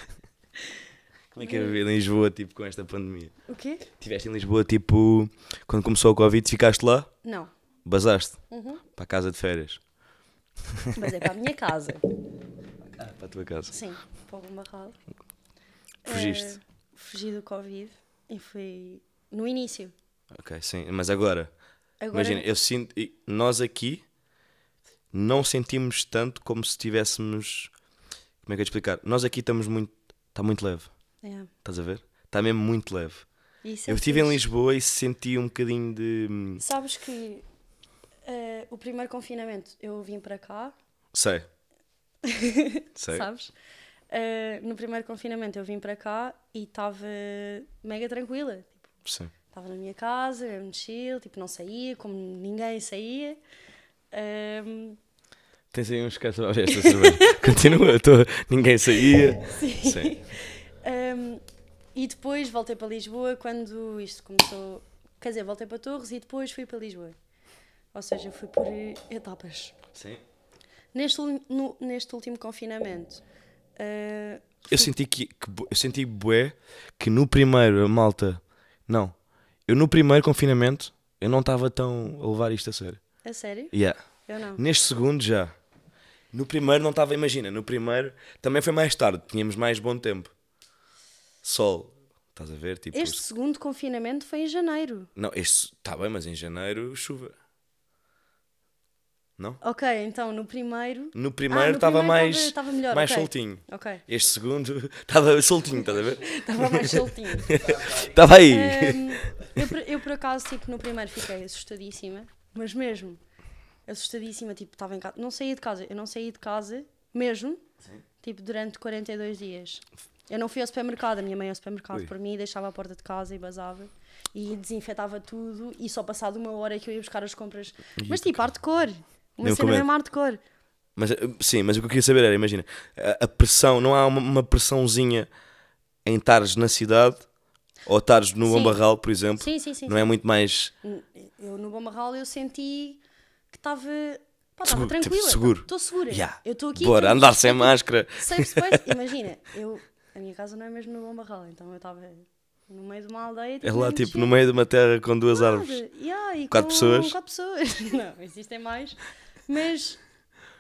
[SPEAKER 3] Como é que é a vida em Lisboa, tipo, com esta pandemia?
[SPEAKER 2] O quê?
[SPEAKER 3] Estiveste em Lisboa, tipo, quando começou o Covid, ficaste lá,
[SPEAKER 2] Não,
[SPEAKER 3] basaste
[SPEAKER 2] Uhum.
[SPEAKER 3] para a casa de férias,
[SPEAKER 2] mas é para a minha casa.
[SPEAKER 3] para a tua casa.
[SPEAKER 2] Sim, para o barral.
[SPEAKER 3] Fugiste.
[SPEAKER 2] Eh, fugi do Covid e fui no início.
[SPEAKER 3] Ok, sim, mas agora,
[SPEAKER 2] Agora-
[SPEAKER 3] imagina, eu sinto, e nós aqui não sentimos tanto como se estivéssemos, como é que eu ia te explicar? Nós aqui estamos muito, está muito leve,
[SPEAKER 2] É.
[SPEAKER 3] estás a ver? Está mesmo muito leve.
[SPEAKER 2] Isso é
[SPEAKER 3] Eu estive em
[SPEAKER 2] fixe.
[SPEAKER 3] Lisboa e senti um bocadinho de, hum,
[SPEAKER 2] Sabes que eh, o primeiro confinamento eu vim para cá,
[SPEAKER 3] sei, sei,
[SPEAKER 2] sabes? Eh, no primeiro confinamento eu vim para cá e estava mega tranquila. Tipo,
[SPEAKER 3] sim.
[SPEAKER 2] Estava na minha casa, era muito chill, tipo, não saía, como ninguém saía. Ahm,
[SPEAKER 3] Tens aí um uns caras a ver esta cerveja. Continua, eu tô- ninguém saía. Sim.
[SPEAKER 2] ahm, e depois voltei para Lisboa quando isto começou. Quer dizer, voltei para Torres e depois fui para Lisboa. Ou seja, fui por eh, etapas.
[SPEAKER 3] Sim.
[SPEAKER 2] Neste, ul- no- neste último confinamento, ah,
[SPEAKER 3] Eu senti que, que bu- eu senti bué que no primeiro, a malta, não. Eu no primeiro confinamento, eu não estava tão a levar isto a sério.
[SPEAKER 2] a sério?
[SPEAKER 3] Yeah.
[SPEAKER 2] Eu não.
[SPEAKER 3] Neste segundo já. No primeiro não estava, imagina, no primeiro também foi mais tarde, tínhamos mais bom tempo. Sol, estás a ver? Tipo,
[SPEAKER 2] Este segundo confinamento foi em janeiro.
[SPEAKER 3] Não, este está bem, mas em janeiro chuva. Não?
[SPEAKER 2] Ok, então no primeiro.
[SPEAKER 3] No
[SPEAKER 2] Ah,
[SPEAKER 3] primeiro
[SPEAKER 2] no
[SPEAKER 3] estava
[SPEAKER 2] primeiro
[SPEAKER 3] mais,
[SPEAKER 2] tava- tava melhor,
[SPEAKER 3] mais
[SPEAKER 2] ok.
[SPEAKER 3] soltinho.
[SPEAKER 2] Ok,
[SPEAKER 3] Este segundo estava soltinho, estás a ver?
[SPEAKER 2] estava mais soltinho.
[SPEAKER 3] Estava aí.
[SPEAKER 2] Ahm, eu, por- eu por acaso, tipo, no primeiro fiquei assustadíssima, mas mesmo assustadíssima, tipo, estava em casa, não saía de casa, eu não saí de casa mesmo, tipo, durante 42 dias. Eu não fui ao supermercado, a minha mãe ia ao supermercado
[SPEAKER 3] Ui.
[SPEAKER 2] por mim, deixava a porta de casa e basava e desinfetava tudo e só passado uma hora é que eu ia buscar as compras. Mas tipo, hardcore, uma
[SPEAKER 3] Mesmo
[SPEAKER 2] cena
[SPEAKER 3] com
[SPEAKER 2] mesmo hardcore.
[SPEAKER 3] Mas, eh, sim, mas o que eu queria saber era, imagina, a, a pressão, não há uma, uma pressãozinha em estares na cidade ou estares no
[SPEAKER 2] Sim.
[SPEAKER 3] Bombarral, por exemplo.
[SPEAKER 2] Sim, sim, sim, Então,
[SPEAKER 3] Não é muito mais
[SPEAKER 2] Eu no Bamarral eu senti que estava. Pá, estava
[SPEAKER 3] Seguro, tipo,
[SPEAKER 2] tá tranquila.
[SPEAKER 3] seguro.
[SPEAKER 2] Estou segura.
[SPEAKER 3] Yeah.
[SPEAKER 2] Eu estou aqui.
[SPEAKER 3] Bora,
[SPEAKER 2] estamos-
[SPEAKER 3] andar sem máscara.
[SPEAKER 2] Safe space, imagina, eu, a minha casa não é mesmo no Bombarral, então eu estava no meio de uma aldeia.
[SPEAKER 3] É lá,
[SPEAKER 2] mesmo
[SPEAKER 3] tipo,
[SPEAKER 2] cheia
[SPEAKER 3] no meio de uma terra com duas
[SPEAKER 2] de
[SPEAKER 3] árvores.
[SPEAKER 2] nada. Yeah, e
[SPEAKER 3] Quatro
[SPEAKER 2] com
[SPEAKER 3] pessoas.
[SPEAKER 2] Quatro pessoas. Não, existem mais. Mas,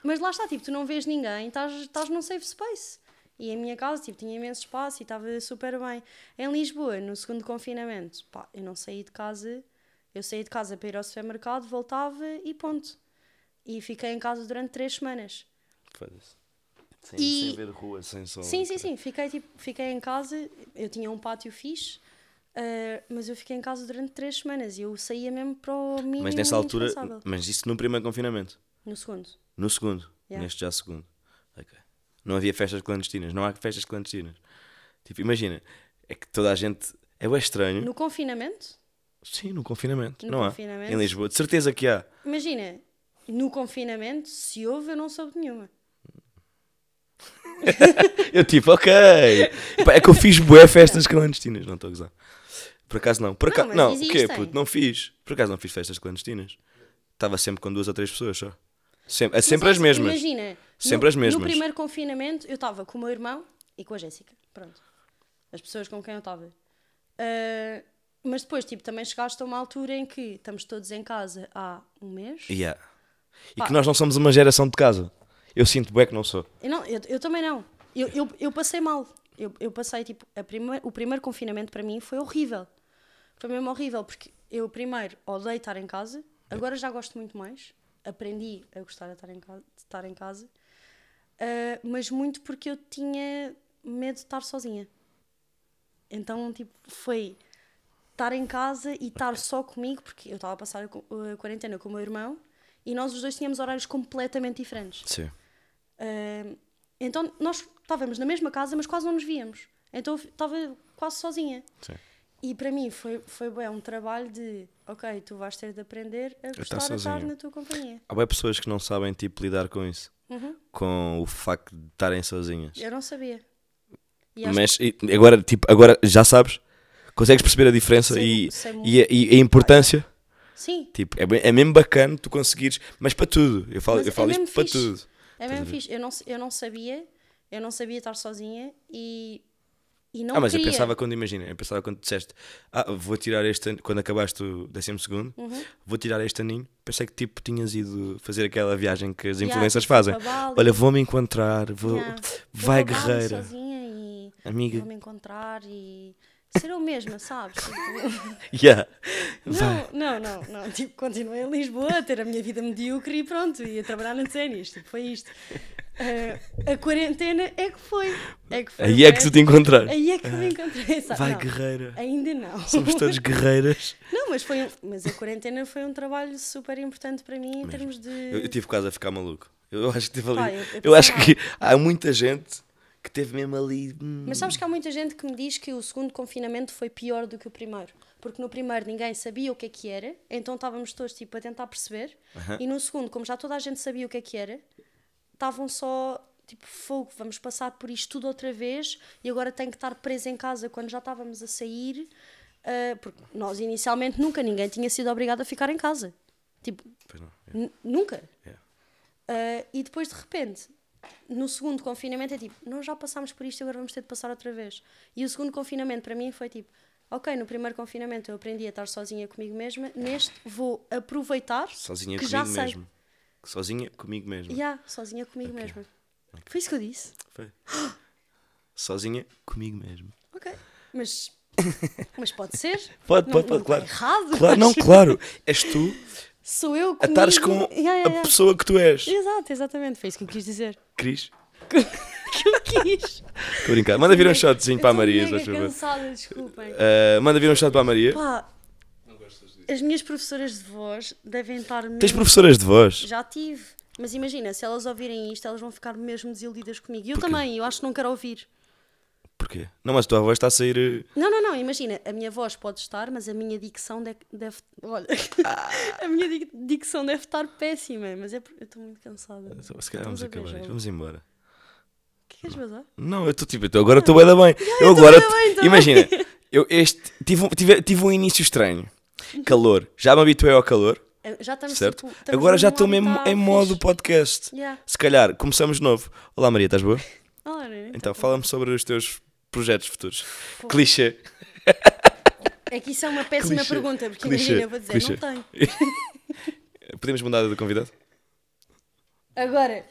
[SPEAKER 2] mas lá está, tipo, tu não vês ninguém, estás estás num safe space. E a minha casa, tipo, tinha imenso espaço e estava super bem. Em Lisboa, no segundo confinamento, pá, eu não saí de casa. Eu saí de casa para ir ao supermercado, voltava e ponto. E fiquei em casa durante três semanas.
[SPEAKER 3] Foda-se. Sem,
[SPEAKER 2] E-
[SPEAKER 3] sem ver rua, sem sol.
[SPEAKER 2] Sim, sim, sim. Fiquei, tipo, fiquei em casa. Eu tinha um pátio fixe, ah, mas eu fiquei em casa durante três semanas. e Eu saía mesmo para o mínimo
[SPEAKER 3] Mas nessa altura,
[SPEAKER 2] indispensável.
[SPEAKER 3] mas isso no primeiro confinamento.
[SPEAKER 2] No segundo.
[SPEAKER 3] No segundo.
[SPEAKER 2] Yeah.
[SPEAKER 3] Neste já segundo. Ok. Não havia festas clandestinas, não há festas clandestinas. Tipo, imagina, é que toda a gente. É bué estranho.
[SPEAKER 2] No confinamento,
[SPEAKER 3] Sim, no confinamento.
[SPEAKER 2] No
[SPEAKER 3] não
[SPEAKER 2] confinamento.
[SPEAKER 3] há. Em Lisboa, de certeza que há.
[SPEAKER 2] imagina, no confinamento, se houve, eu não soube nenhuma.
[SPEAKER 3] Eu tipo, ok. Pá, É que eu fiz bué festas clandestinas. Não estou a gozar. Por acaso não. Por
[SPEAKER 2] Não,
[SPEAKER 3] acaso,
[SPEAKER 2] mas é.
[SPEAKER 3] não, o quê,
[SPEAKER 2] existem.
[SPEAKER 3] puto? Não fiz. Por acaso não fiz festas clandestinas. Estava sempre com duas ou três pessoas só. Sempre, é sempre
[SPEAKER 2] Mas
[SPEAKER 3] as
[SPEAKER 2] é-
[SPEAKER 3] mesmas.
[SPEAKER 2] Imagina,
[SPEAKER 3] Sempre
[SPEAKER 2] no,
[SPEAKER 3] as mesmas.
[SPEAKER 2] No primeiro confinamento, eu estava com o meu irmão e com a Jéssica. Pronto. As pessoas com quem eu estava. Ah, mas depois, tipo, também chegaste a uma altura em que estamos todos em casa há um mês.
[SPEAKER 3] Yeah. E
[SPEAKER 2] Pá.
[SPEAKER 3] que nós não somos uma geração de casa. Eu sinto bué que não sou.
[SPEAKER 2] Eu, não, eu, eu também não. Eu, eu, eu passei mal. Eu, eu passei, tipo, a prime- o primeiro confinamento para mim foi horrível. Foi mesmo horrível, porque eu primeiro odeio estar em casa, agora já gosto muito mais. Aprendi a gostar de estar em casa, de estar em casa Ah, mas muito porque eu tinha medo de estar sozinha. Então, tipo, foi estar em casa e estar só comigo, porque eu estava a passar a qu- a quarentena com o meu irmão e nós os dois tínhamos horários completamente diferentes.
[SPEAKER 3] Sim.
[SPEAKER 2] Ah, então nós estávamos na mesma casa, mas quase não nos víamos. Então eu fi- estava quase sozinha.
[SPEAKER 3] Sim.
[SPEAKER 2] E para mim foi, foi bem um trabalho de ok, tu vais ter de aprender a gostar de estar
[SPEAKER 3] sozinho.
[SPEAKER 2] na tua companhia.
[SPEAKER 3] Há bué pessoas que não sabem tipo lidar com isso. Com o facto de estarem sozinhas.
[SPEAKER 2] Eu não sabia. E acho
[SPEAKER 3] Mas e- agora, tipo, agora já sabes? Consegues perceber a diferença
[SPEAKER 2] Sei-
[SPEAKER 3] e,
[SPEAKER 2] sei
[SPEAKER 3] e, a, e a importância?
[SPEAKER 2] que sim.
[SPEAKER 3] Tipo, é, bem- é mesmo bacana tu conseguires, mas para tudo. Eu falo,
[SPEAKER 2] Mas é
[SPEAKER 3] eu falo isto
[SPEAKER 2] mesmo
[SPEAKER 3] para
[SPEAKER 2] fixe.
[SPEAKER 3] tudo.
[SPEAKER 2] É mesmo fixe. Eu não, eu não sabia, eu não sabia estar sozinha e, e não
[SPEAKER 3] ah, mas
[SPEAKER 2] queria.
[SPEAKER 3] eu pensava quando, imagina, eu pensava quando disseste, ah, vou tirar este ano, quando acabaste o 12 segundo,
[SPEAKER 2] Uhum.
[SPEAKER 3] vou tirar este aninho. Pensei que tipo tinhas ido fazer aquela viagem que as
[SPEAKER 2] Yeah,
[SPEAKER 3] influencers
[SPEAKER 2] tipo, fui
[SPEAKER 3] fazem.
[SPEAKER 2] para Bali.
[SPEAKER 3] Olha, vou-me encontrar, vou,
[SPEAKER 2] Yeah. Vou
[SPEAKER 3] vai
[SPEAKER 2] para o bar
[SPEAKER 3] guerreira.
[SPEAKER 2] sozinha e
[SPEAKER 3] Amiga.
[SPEAKER 2] vou me encontrar e ser eu mesma, sabes? Tipo,
[SPEAKER 3] Yeah.
[SPEAKER 2] Não, não, não, não. Tipo, continuei em Lisboa a ter a minha vida medíocre e pronto, e a trabalhar na ténis. Tipo, foi isto. Ah, a quarentena é que foi. É que foi.
[SPEAKER 3] Aí é que tu te encontrar.
[SPEAKER 2] Aí é que me encontrei. sabe?
[SPEAKER 3] Vai
[SPEAKER 2] Não,
[SPEAKER 3] guerreira.
[SPEAKER 2] Ainda não.
[SPEAKER 3] Somos todos guerreiras.
[SPEAKER 2] Não, mas, foi um- mas a quarentena foi um trabalho super importante para mim em termos de.
[SPEAKER 3] Eu, eu tive quase a ficar maluco. Eu acho que teve ali.
[SPEAKER 2] Pá,
[SPEAKER 3] eu
[SPEAKER 2] eu- eu pensei
[SPEAKER 3] acho que há muita gente que teve mesmo ali. hum,
[SPEAKER 2] Mas sabes que há muita gente que me diz que o segundo confinamento foi pior do que o primeiro. Porque no primeiro ninguém sabia o que é que era, então estávamos todos tipo, a tentar perceber. E no segundo, como já toda a gente sabia o que é que era, estavam só tipo, fogo, vamos passar por isto tudo outra vez e agora tenho que estar presa em casa quando já estávamos a sair. ah, porque nós inicialmente nunca ninguém tinha sido obrigado a ficar em casa. Tipo,
[SPEAKER 3] pois não, yeah,
[SPEAKER 2] n- nunca.
[SPEAKER 3] yeah.
[SPEAKER 2] Uh, e depois, de repente, no segundo confinamento é tipo, nós já passámos por isto, agora vamos ter de passar outra vez. E o segundo confinamento para mim foi tipo, ok, no primeiro confinamento eu aprendi a estar sozinha comigo mesma, neste vou aproveitar
[SPEAKER 3] Sozinha
[SPEAKER 2] que já
[SPEAKER 3] comigo
[SPEAKER 2] sei.
[SPEAKER 3] mesmo. Sozinha comigo mesmo.
[SPEAKER 2] Yeah, sozinha comigo mesma. Foi isso que eu disse.
[SPEAKER 3] Foi. Sozinha comigo mesmo.
[SPEAKER 2] Ok. Mas, mas pode ser.
[SPEAKER 3] Pode,
[SPEAKER 2] Não-
[SPEAKER 3] pode,
[SPEAKER 2] não
[SPEAKER 3] pode, claro.
[SPEAKER 2] está Errado,
[SPEAKER 3] Claro, não,
[SPEAKER 2] mas
[SPEAKER 3] claro. És tu
[SPEAKER 2] Sou eu
[SPEAKER 3] a
[SPEAKER 2] comigo.
[SPEAKER 3] estares com
[SPEAKER 2] Yeah, yeah,
[SPEAKER 3] a
[SPEAKER 2] yeah.
[SPEAKER 3] pessoa que tu és.
[SPEAKER 2] Exato, exatamente. Foi isso que eu quis dizer.
[SPEAKER 3] Cris.
[SPEAKER 2] que eu quis.
[SPEAKER 3] Estou a brincar. Manda vir um shotzinho
[SPEAKER 2] Eu
[SPEAKER 3] para a
[SPEAKER 2] tô
[SPEAKER 3] Maria,
[SPEAKER 2] mega
[SPEAKER 3] se faz favor.
[SPEAKER 2] cansada, desculpem.
[SPEAKER 3] Ah, manda vir um shot para a Maria.
[SPEAKER 2] Pá, as minhas professoras de voz devem estar mesmo...
[SPEAKER 3] Tens professoras de voz?
[SPEAKER 2] Já tive. Mas imagina, se elas ouvirem isto, elas vão ficar mesmo desiludidas comigo. E eu também, eu acho que não quero ouvir.
[SPEAKER 3] Porquê? Não, mas a tua voz está a sair. eh,
[SPEAKER 2] Não, não, não, imagina, a minha voz pode estar, mas a minha dicção de- deve. Olha, a minha dic- dicção deve estar péssima, mas é porque eu estou muito cansada.
[SPEAKER 3] Se calhar
[SPEAKER 2] Estamos a
[SPEAKER 3] vamos
[SPEAKER 2] ver,
[SPEAKER 3] acabar isto.
[SPEAKER 2] João.
[SPEAKER 3] Vamos embora.
[SPEAKER 2] Queres bazar?
[SPEAKER 3] Não, eu estou tipo, eu tô- agora estou bem da bem. eu
[SPEAKER 2] eu tô
[SPEAKER 3] agora.
[SPEAKER 2] bué da bem também.
[SPEAKER 3] imagina, eu este, tive, um, tive, tive um início estranho. Calor. Já me habituei ao calor,
[SPEAKER 2] Eh, Já estamos
[SPEAKER 3] certo?
[SPEAKER 2] tipo, estamos
[SPEAKER 3] agora
[SPEAKER 2] num
[SPEAKER 3] já estou mesmo
[SPEAKER 2] habitat
[SPEAKER 3] em modo
[SPEAKER 2] fixe.
[SPEAKER 3] podcast.
[SPEAKER 2] Yeah.
[SPEAKER 3] Se calhar, começamos de novo. Olá Maria, estás boa?
[SPEAKER 2] Ora, então.
[SPEAKER 3] Então, fala-me sobre os teus projetos futuros. Clichê.
[SPEAKER 2] É que isso é uma péssima
[SPEAKER 3] Clichê,
[SPEAKER 2] pergunta, porque
[SPEAKER 3] clichê,
[SPEAKER 2] imagina, eu vou dizer,
[SPEAKER 3] clichê.
[SPEAKER 2] não tenho.
[SPEAKER 3] Podemos mudar de convidado?
[SPEAKER 2] Agora,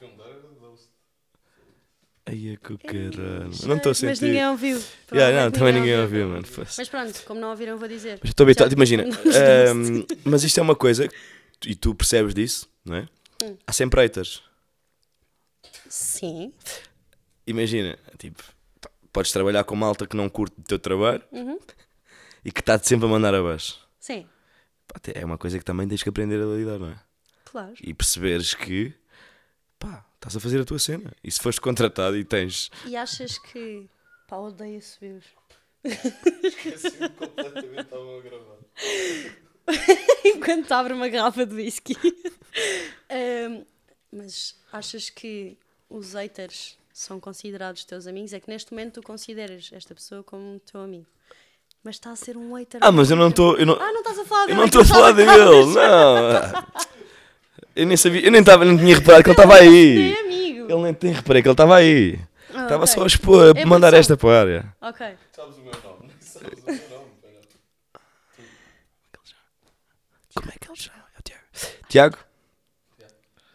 [SPEAKER 3] Ai, é que o caralho. Não estou a sentir.
[SPEAKER 2] mas ninguém ouviu.
[SPEAKER 3] Yeah, não,
[SPEAKER 2] Provavelmente
[SPEAKER 3] também ninguém ouviu, mano. Foda-se.
[SPEAKER 2] Mas pronto, como não ouviram, eu vou dizer.
[SPEAKER 3] Mas eu estou habituado,
[SPEAKER 2] Já-
[SPEAKER 3] imagina.
[SPEAKER 2] Não disse.
[SPEAKER 3] ahm, mas isto é uma coisa, que tu- e tu percebes disso, não é?
[SPEAKER 2] Hum.
[SPEAKER 3] Há sempre haters.
[SPEAKER 2] Sim.
[SPEAKER 3] imagina, tipo, pá, podes trabalhar com malta que não curte o teu trabalho
[SPEAKER 2] Uhum.
[SPEAKER 3] e que está-te sempre a mandar abaixo.
[SPEAKER 2] Sim,
[SPEAKER 3] Pá, te- É uma coisa que também tens que aprender a lidar, não é?
[SPEAKER 2] claro.
[SPEAKER 3] E perceberes que, pá, estás a fazer a tua cena. E se foste contratado e tens.
[SPEAKER 2] E achas que. Pá, odeio subios.
[SPEAKER 4] Esqueci-me completamente, estavam a gravar.
[SPEAKER 2] Enquanto abre uma garrafa de whisky. Ahm, mas achas que os haters são considerados teus amigos? É que neste momento tu consideras esta pessoa como teu amigo. Mas está a ser um hater.
[SPEAKER 3] Ah, mas eu não estou. Eu não...
[SPEAKER 2] Ah, não estás a falar dele.
[SPEAKER 3] Eu não
[SPEAKER 2] é que
[SPEAKER 3] estou a
[SPEAKER 2] estás
[SPEAKER 3] falar dele,
[SPEAKER 2] Carlos.
[SPEAKER 3] não. Eu nem sabia, eu nem, tava, nem tinha reparado que ele estava aí.
[SPEAKER 2] É amigo.
[SPEAKER 3] Ele nem tinha reparei que ele estava aí.
[SPEAKER 2] Ah,
[SPEAKER 3] Estava
[SPEAKER 2] ok.
[SPEAKER 3] só a expor,
[SPEAKER 2] É
[SPEAKER 3] a mandar
[SPEAKER 2] pressão.
[SPEAKER 3] esta para a área.
[SPEAKER 2] Ok.
[SPEAKER 4] Sabes o meu nome? Nem sabes o meu nome, pera.
[SPEAKER 3] Como é que ele chama? É o Tiago. Tiago?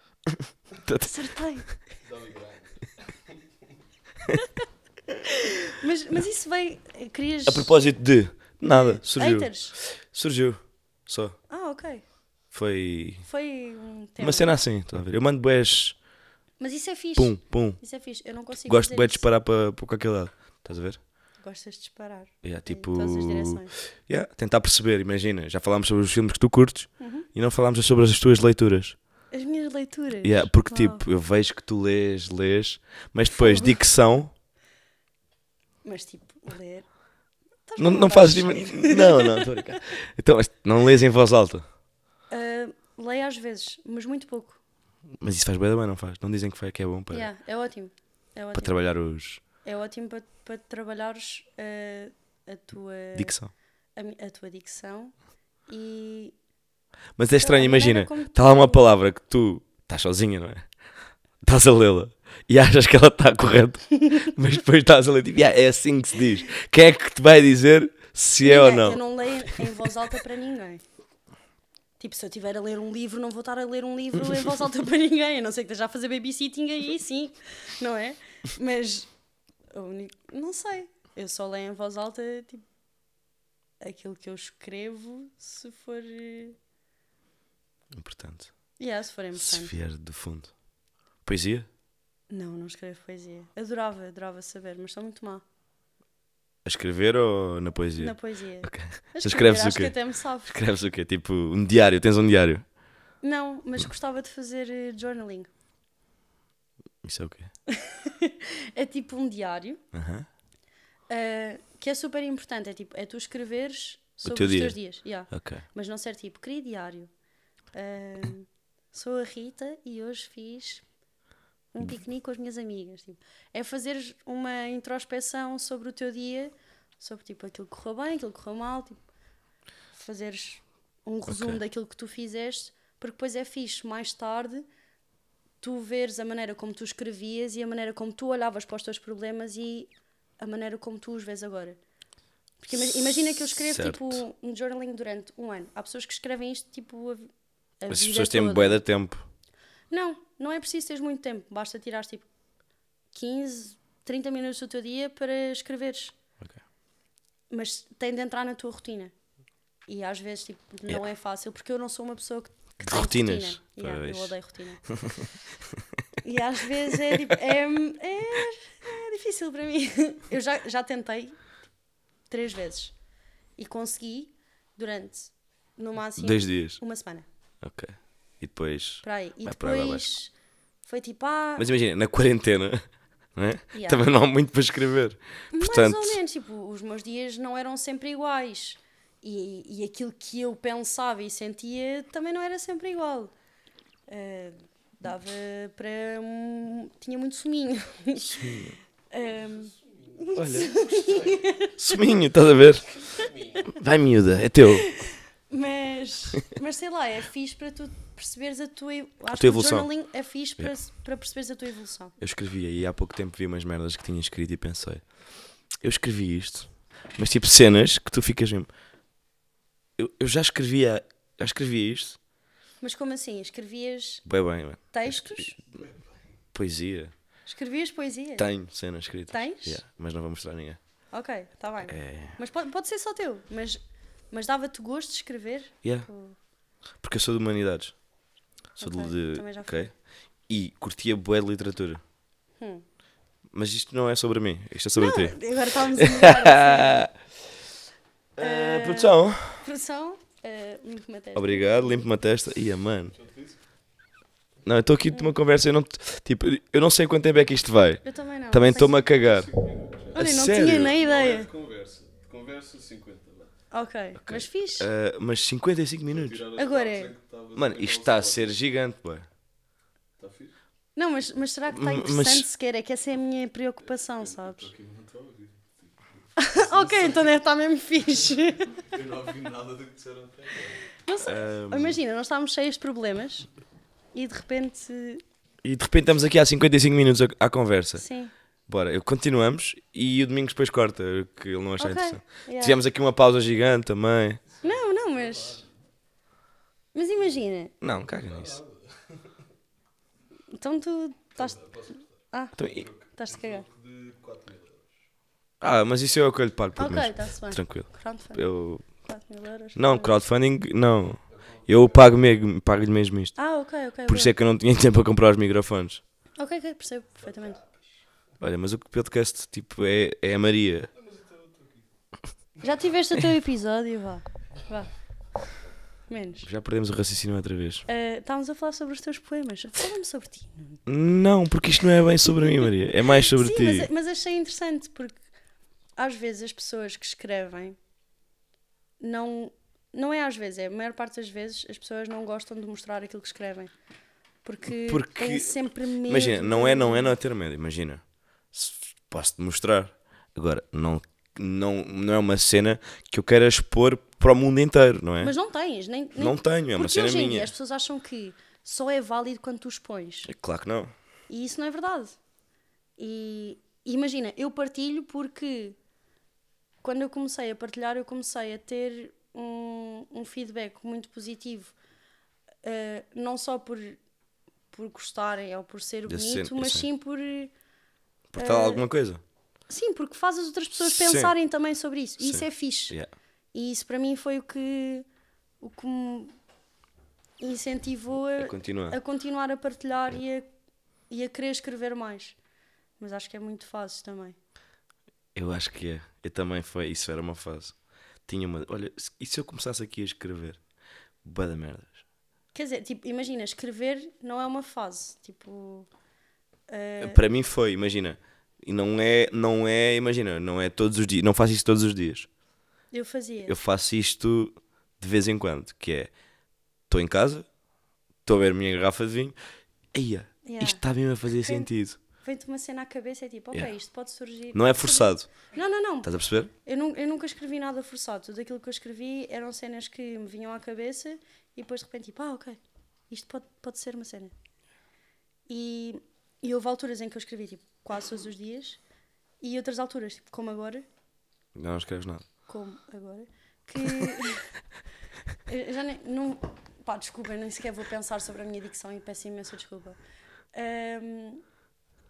[SPEAKER 2] Acertei.
[SPEAKER 4] Dá-me grande.
[SPEAKER 2] Mas, mas isso vem. Querias.
[SPEAKER 3] A propósito de. Nada, surgiu.
[SPEAKER 2] haters?
[SPEAKER 3] Surgiu. Só.
[SPEAKER 2] Ah, ok.
[SPEAKER 3] Foi.
[SPEAKER 2] Foi um tema.
[SPEAKER 3] Uma cena assim, estás a ver? Eu mando boés.
[SPEAKER 2] Mas isso é fixe.
[SPEAKER 3] Pum, pum.
[SPEAKER 2] Isso é fixe. Eu não consigo.
[SPEAKER 3] Gosto
[SPEAKER 2] fazer
[SPEAKER 3] de boés de
[SPEAKER 2] isso.
[SPEAKER 3] disparar para para qualquer lado. Estás a ver?
[SPEAKER 2] Gostas de disparar.
[SPEAKER 3] Yeah,
[SPEAKER 2] Em
[SPEAKER 3] tipo.
[SPEAKER 2] todas as direções.
[SPEAKER 3] Yeah, tentar perceber, imagina. Já falámos sobre os filmes que tu curtes
[SPEAKER 2] Uhum.
[SPEAKER 3] e não falámos sobre as tuas leituras.
[SPEAKER 2] As minhas leituras.
[SPEAKER 3] Yeah, porque,
[SPEAKER 2] Uau.
[SPEAKER 3] tipo, eu vejo que tu lês, lês, mas depois dicção.
[SPEAKER 2] Mas tipo, ler. Estás
[SPEAKER 3] Não,
[SPEAKER 2] com
[SPEAKER 3] não
[SPEAKER 2] vontade
[SPEAKER 3] fazes.
[SPEAKER 2] de
[SPEAKER 3] ima- Não, não, estou a brincar. Então, mas não lês em voz alta.
[SPEAKER 2] escrever. Ah, leio às vezes, mas muito pouco.
[SPEAKER 3] Mas isso faz bem, bem, não faz? Não dizem que foi- que é bom para,
[SPEAKER 2] Yeah, é ótimo. É
[SPEAKER 3] para
[SPEAKER 2] ótimo.
[SPEAKER 3] trabalhar os.
[SPEAKER 2] É ótimo para, para trabalhares ah, a, tua,
[SPEAKER 3] dicção.
[SPEAKER 2] a, mi- a tua dicção e
[SPEAKER 3] Mas é estranho,
[SPEAKER 2] a maneira
[SPEAKER 3] imagina,
[SPEAKER 2] como
[SPEAKER 3] está lá
[SPEAKER 2] tu-
[SPEAKER 3] uma palavra que tu estás sozinha, não é? Estás a lê-la e achas que ela está correta, mas depois estás a ler, tipo, "Ya, é assim que se diz. Quem é que te vai dizer se é ou
[SPEAKER 2] Yeah,
[SPEAKER 3] não?
[SPEAKER 2] Eu não leio em voz alta para ninguém. Tipo, se eu estiver a ler um livro, não vou estar a ler um livro em voz alta para ninguém. A não ser que esteja a fazer babysitting aí, sim. Não é? Mas, a única- não sei. Eu só leio em voz alta, tipo, aquilo que eu escrevo, se for... eh,
[SPEAKER 3] Importante.
[SPEAKER 2] Yeah, se for
[SPEAKER 3] Se
[SPEAKER 2] importante.
[SPEAKER 3] vier do fundo. Poesia?
[SPEAKER 2] Não, não escrevo poesia. Adorava, adorava saber, mas sou muito má
[SPEAKER 3] A escrever ou na poesia?
[SPEAKER 2] na poesia.
[SPEAKER 3] Ok.
[SPEAKER 2] A
[SPEAKER 3] Tu escreves
[SPEAKER 2] escrever,
[SPEAKER 3] o
[SPEAKER 2] acho que
[SPEAKER 3] quê?
[SPEAKER 2] até me sabe.
[SPEAKER 3] Escreves o quê? Tipo, um diário, tens um diário.
[SPEAKER 2] Não, mas gostava de fazer eh, journaling.
[SPEAKER 3] Isso é o quê?
[SPEAKER 2] É tipo um diário
[SPEAKER 3] Aham.
[SPEAKER 2] Uh, que é super importante. É tipo, é tu escreveres sobre
[SPEAKER 3] teu
[SPEAKER 2] os
[SPEAKER 3] dia.
[SPEAKER 2] teus dias. yeah.
[SPEAKER 3] Ok.
[SPEAKER 2] Mas não ser tipo, queria diário. Uh, sou a Rita e hoje fiz um piquenique com as minhas amigas. Tipo, é fazeres uma introspeção sobre o teu dia, sobre tipo aquilo que correu bem, aquilo que correu mal, tipo, fazeres um resumo
[SPEAKER 3] Ok.
[SPEAKER 2] daquilo que tu fizeste, porque depois é fixe mais tarde tu veres a maneira como tu escrevias e a maneira como tu olhavas para os teus problemas e a maneira como tu os vês agora. Porque ima- imagina que eu escrevo
[SPEAKER 3] Certo.
[SPEAKER 2] tipo um journaling durante um ano. Há pessoas que escrevem isto tipo a, vi- a
[SPEAKER 3] As
[SPEAKER 2] vida
[SPEAKER 3] pessoas têm
[SPEAKER 2] toda.
[SPEAKER 3] bué de tempo.
[SPEAKER 2] Não, não é preciso teres muito tempo. Basta tirar tipo 15, 30 minutos do teu dia para escreveres.
[SPEAKER 3] Ok.
[SPEAKER 2] Mas tem de entrar na tua rotina. E às vezes tipo, não é fácil, porque eu não sou uma pessoa que. que
[SPEAKER 3] De
[SPEAKER 2] tem
[SPEAKER 3] rotinas,
[SPEAKER 2] rotina. Yeah, eu
[SPEAKER 3] pois.
[SPEAKER 2] odeio rotina. e às vezes é, tipo, é, é- é difícil para mim. Eu já, já tentei tipo, três vezes e consegui durante no máximo
[SPEAKER 3] Dois dias.
[SPEAKER 2] uma semana.
[SPEAKER 3] Ok. E depois.
[SPEAKER 2] Para aí. E
[SPEAKER 3] Vai por aí
[SPEAKER 2] depois foi tipo, ah,
[SPEAKER 3] Mas imagina, na quarentena, não é?
[SPEAKER 2] Yeah.
[SPEAKER 3] Também não há muito para escrever. Portanto,
[SPEAKER 2] mais ou menos, tipo, os meus dias não eram sempre iguais. E, e aquilo que eu pensava e sentia também não era sempre igual. Ah, dava para. um- tinha muito suminho.
[SPEAKER 3] suminho, estás a ver? Vai, miúda, é teu.
[SPEAKER 2] Mas, mas sei lá, é fixe para tu perceberes a tua, evo- acho que
[SPEAKER 3] evolução.
[SPEAKER 2] O journaling é fixe para, para perceberes a tua evolução.
[SPEAKER 3] Eu escrevi aí há pouco tempo vi umas merdas que tinha escrito e pensei, eu escrevi isto, mas tipo cenas que tu ficas mesmo. Eu, eu já escrevia, já escrevi isto.
[SPEAKER 2] Mas como assim? Escrevias
[SPEAKER 3] Bem, bem, bem.
[SPEAKER 2] textos?
[SPEAKER 3] Poesia.
[SPEAKER 2] Escrevias poesia?
[SPEAKER 3] Tenho cenas escritas.
[SPEAKER 2] É. Tens?
[SPEAKER 3] Yeah, mas não vou mostrar a ninguém.
[SPEAKER 2] Ok, está bem.
[SPEAKER 3] É.
[SPEAKER 2] Mas pode, pode ser só teu. Mas, mas dava-te gosto de escrever?
[SPEAKER 3] Yeah.
[SPEAKER 2] Tipo,
[SPEAKER 3] Porque eu sou de humanidades. Sou
[SPEAKER 2] Ok,
[SPEAKER 3] de.
[SPEAKER 2] também já
[SPEAKER 3] ok? E curtia boé de literatura.
[SPEAKER 2] Hum.
[SPEAKER 3] Mas isto não é sobre mim, isto é sobre ti.
[SPEAKER 2] Agora um estávamos a mudar
[SPEAKER 3] Eh, produção.
[SPEAKER 2] a produção. Uh, muito matéria.
[SPEAKER 3] Obrigado, limpo-me a testa. Ia, mano. Não, eu estou aqui de uma conversa, eu não, te- tipo, eu não sei quanto tempo é que isto vai.
[SPEAKER 2] Eu também não.
[SPEAKER 3] Também
[SPEAKER 2] Sei-
[SPEAKER 3] estou-me a cagar. A
[SPEAKER 2] Olha, não
[SPEAKER 3] sério?
[SPEAKER 2] tinha nem ideia.
[SPEAKER 4] é De conversa. De conversa, 50. vá.
[SPEAKER 2] Ok, mas fixe.
[SPEAKER 3] Ah, mas 55 minutos.
[SPEAKER 4] Tirar as
[SPEAKER 2] Agora
[SPEAKER 4] palavras
[SPEAKER 2] é.
[SPEAKER 4] em que estava
[SPEAKER 3] Mano,
[SPEAKER 4] a
[SPEAKER 3] isto
[SPEAKER 4] dar
[SPEAKER 3] está
[SPEAKER 4] o
[SPEAKER 3] a ser gigante, pô.
[SPEAKER 4] sabor. Está fixe?
[SPEAKER 2] Não, mas, mas será que está
[SPEAKER 3] Mas-
[SPEAKER 2] interessante sequer? É que essa é a minha preocupação, sabes?
[SPEAKER 4] Aqui não estou a ouvir.
[SPEAKER 2] ok, então deve estar mesmo fixe.
[SPEAKER 4] Eu não ouvi nada do que disseram até agora.
[SPEAKER 2] Não sei.
[SPEAKER 3] Ah,
[SPEAKER 2] Imagina, nós estávamos cheios de problemas e de repente.
[SPEAKER 3] E de repente estamos aqui há 55 minutos a- à conversa.
[SPEAKER 2] Sim.
[SPEAKER 3] Bora, eu- continuamos e o Domingos depois corta, que ele não achar
[SPEAKER 2] Ok,
[SPEAKER 3] interessante.
[SPEAKER 2] yeah.
[SPEAKER 3] Tivemos aqui uma pausa gigante também.
[SPEAKER 2] Não, não, mas. Mas imagina,
[SPEAKER 3] Não, caga nisso.
[SPEAKER 2] então tu estás. Ah,
[SPEAKER 3] Então, e-
[SPEAKER 2] estás-te a cagar.
[SPEAKER 4] De 4 mil euros.
[SPEAKER 3] Ah, mas isso eu é o que eu lhe pago por
[SPEAKER 2] Ok,
[SPEAKER 3] mês.
[SPEAKER 2] está-se bem.
[SPEAKER 3] Tranquilo.
[SPEAKER 2] Crowdfunding,
[SPEAKER 3] Eu...
[SPEAKER 2] 4 mil euros.
[SPEAKER 3] Não, crowdfunding, não. Eu pago mesmo, pago-lhe mesmo isto.
[SPEAKER 2] Ah, ok, ok.
[SPEAKER 3] Por isso é que eu não tinha tempo a comprar os microfones.
[SPEAKER 2] boa. Ok, ok, percebo perfeitamente.
[SPEAKER 3] Olha, mas o podcast, tipo, é, é a Maria.
[SPEAKER 2] Já tiveste o teu episódio, vá. Vá. Menos.
[SPEAKER 3] Já perdemos o raciocínio outra vez.
[SPEAKER 2] Ah, estávamos a falar sobre os teus poemas. Fala-me sobre ti. Nuno.
[SPEAKER 3] Não, porque isto não é bem sobre mim, Maria. É mais sobre
[SPEAKER 2] Sim,
[SPEAKER 3] ti.
[SPEAKER 2] mas, mas achei interessante porque às vezes as pessoas que escrevem não. Não é às vezes, é a maior parte das vezes as pessoas não gostam de mostrar aquilo que escrevem. Porque,
[SPEAKER 3] Porque-
[SPEAKER 2] têm sempre medo.
[SPEAKER 3] Imagina, não é,
[SPEAKER 2] de-
[SPEAKER 3] não é não ter medo, imagina. Se- Posso-te mostrar. Agora, não, não, não é uma cena que eu queira expor para o mundo inteiro, não é?
[SPEAKER 2] Mas não tens, nem. nem-
[SPEAKER 3] Não tenho, é uma
[SPEAKER 2] Porque
[SPEAKER 3] cena
[SPEAKER 2] hoje em dia
[SPEAKER 3] minha.
[SPEAKER 2] As pessoas acham que só é válido quando tu expões.
[SPEAKER 3] Claro que não.
[SPEAKER 2] E isso não é verdade. E e imagina, eu partilho porque quando eu comecei a partilhar, eu comecei a ter um, um feedback muito positivo, eh, não só por, por gostarem ou por ser
[SPEAKER 3] Desse
[SPEAKER 2] bonito,
[SPEAKER 3] cena,
[SPEAKER 2] mas
[SPEAKER 3] sim.
[SPEAKER 2] sim por.
[SPEAKER 3] Portar tá alguma coisa.
[SPEAKER 2] Sim, porque faz as outras pessoas
[SPEAKER 3] Sim.
[SPEAKER 2] pensarem também sobre isso. E isso
[SPEAKER 3] Sim.
[SPEAKER 2] é fixe.
[SPEAKER 3] Yeah.
[SPEAKER 2] E isso para mim foi o que, o que me incentivou a,
[SPEAKER 3] A continuar.
[SPEAKER 2] a continuar a partilhar e a, e a querer escrever mais. Mas acho que é muito fácil também.
[SPEAKER 3] Eu acho que é. Eu também foi. Isso era uma fase. Tinha uma. Olha, se- e se eu começasse aqui a escrever? Bué da merdas.
[SPEAKER 2] Quer dizer, tipo, imagina, escrever não é uma fase. Tipo,
[SPEAKER 3] Para mim foi, imagina. E não é, não é, imagina, não é todos os dias. Não faço isso todos os dias.
[SPEAKER 2] eu fazia.
[SPEAKER 3] eu faço isto de vez em quando, que é estou em casa, estou a ver a minha garrafa de vinho, eia,
[SPEAKER 2] Yeah.
[SPEAKER 3] isto está mesmo a fazer sentido.
[SPEAKER 2] Vem-te uma cena à cabeça é tipo, ok,
[SPEAKER 3] Yeah.
[SPEAKER 2] isto pode surgir.
[SPEAKER 3] Não é forçado,
[SPEAKER 2] Não, não, não.
[SPEAKER 3] estás a perceber?
[SPEAKER 2] Eu, nun- eu nunca escrevi nada forçado. Tudo aquilo que eu escrevi eram cenas que me vinham à cabeça e depois de repente, tipo, ah, ok, isto pode, pode ser uma cena. E, e houve alturas em que eu escrevi, tipo, quase todos os dias e outras alturas, tipo, como agora,
[SPEAKER 3] Não escreves nada.
[SPEAKER 2] como agora, que. eu já nem. Não, pá, desculpa, eu nem sequer vou pensar sobre a minha dicção e peço imensa desculpa. Ahm,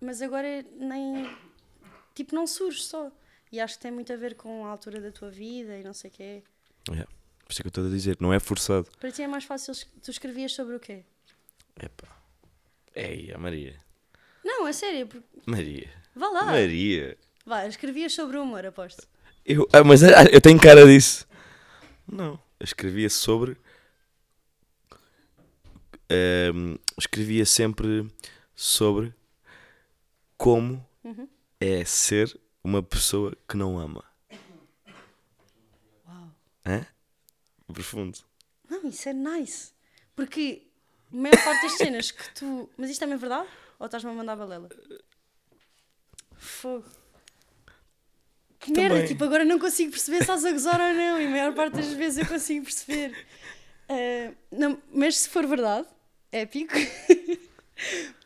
[SPEAKER 2] mas agora nem. Tipo, não surge só. E acho que tem muito a ver com a altura da tua vida e não sei o quê.
[SPEAKER 3] Yeah. Por isso é que eu estou a dizer, não é forçado.
[SPEAKER 2] Para ti é mais fácil. es- Tu escrevias sobre o quê?
[SPEAKER 3] Epá. Eia, Maria.
[SPEAKER 2] Não, é sério. porque-
[SPEAKER 3] Maria.
[SPEAKER 2] Vá lá.
[SPEAKER 3] Maria.
[SPEAKER 2] Vá, escrevias sobre o humor, aposto.
[SPEAKER 3] Eu, ah, mas ah, eu tenho cara disso. Não. Eu escrevia sobre. Ahm, ehm, escrevia sempre sobre como é ser uma pessoa que não ama. Hã? Profundo.
[SPEAKER 2] Não, isso é nice. Porque a maior parte das cenas que tu. Mas isto também é verdade? Ou estás-me a mandar balela? Fogo. Que merda,
[SPEAKER 3] Também.
[SPEAKER 2] tipo, agora não consigo perceber se estás a gozar ou não. E a maior parte das vezes eu consigo perceber. Ah, não, mas se for verdade, é épico.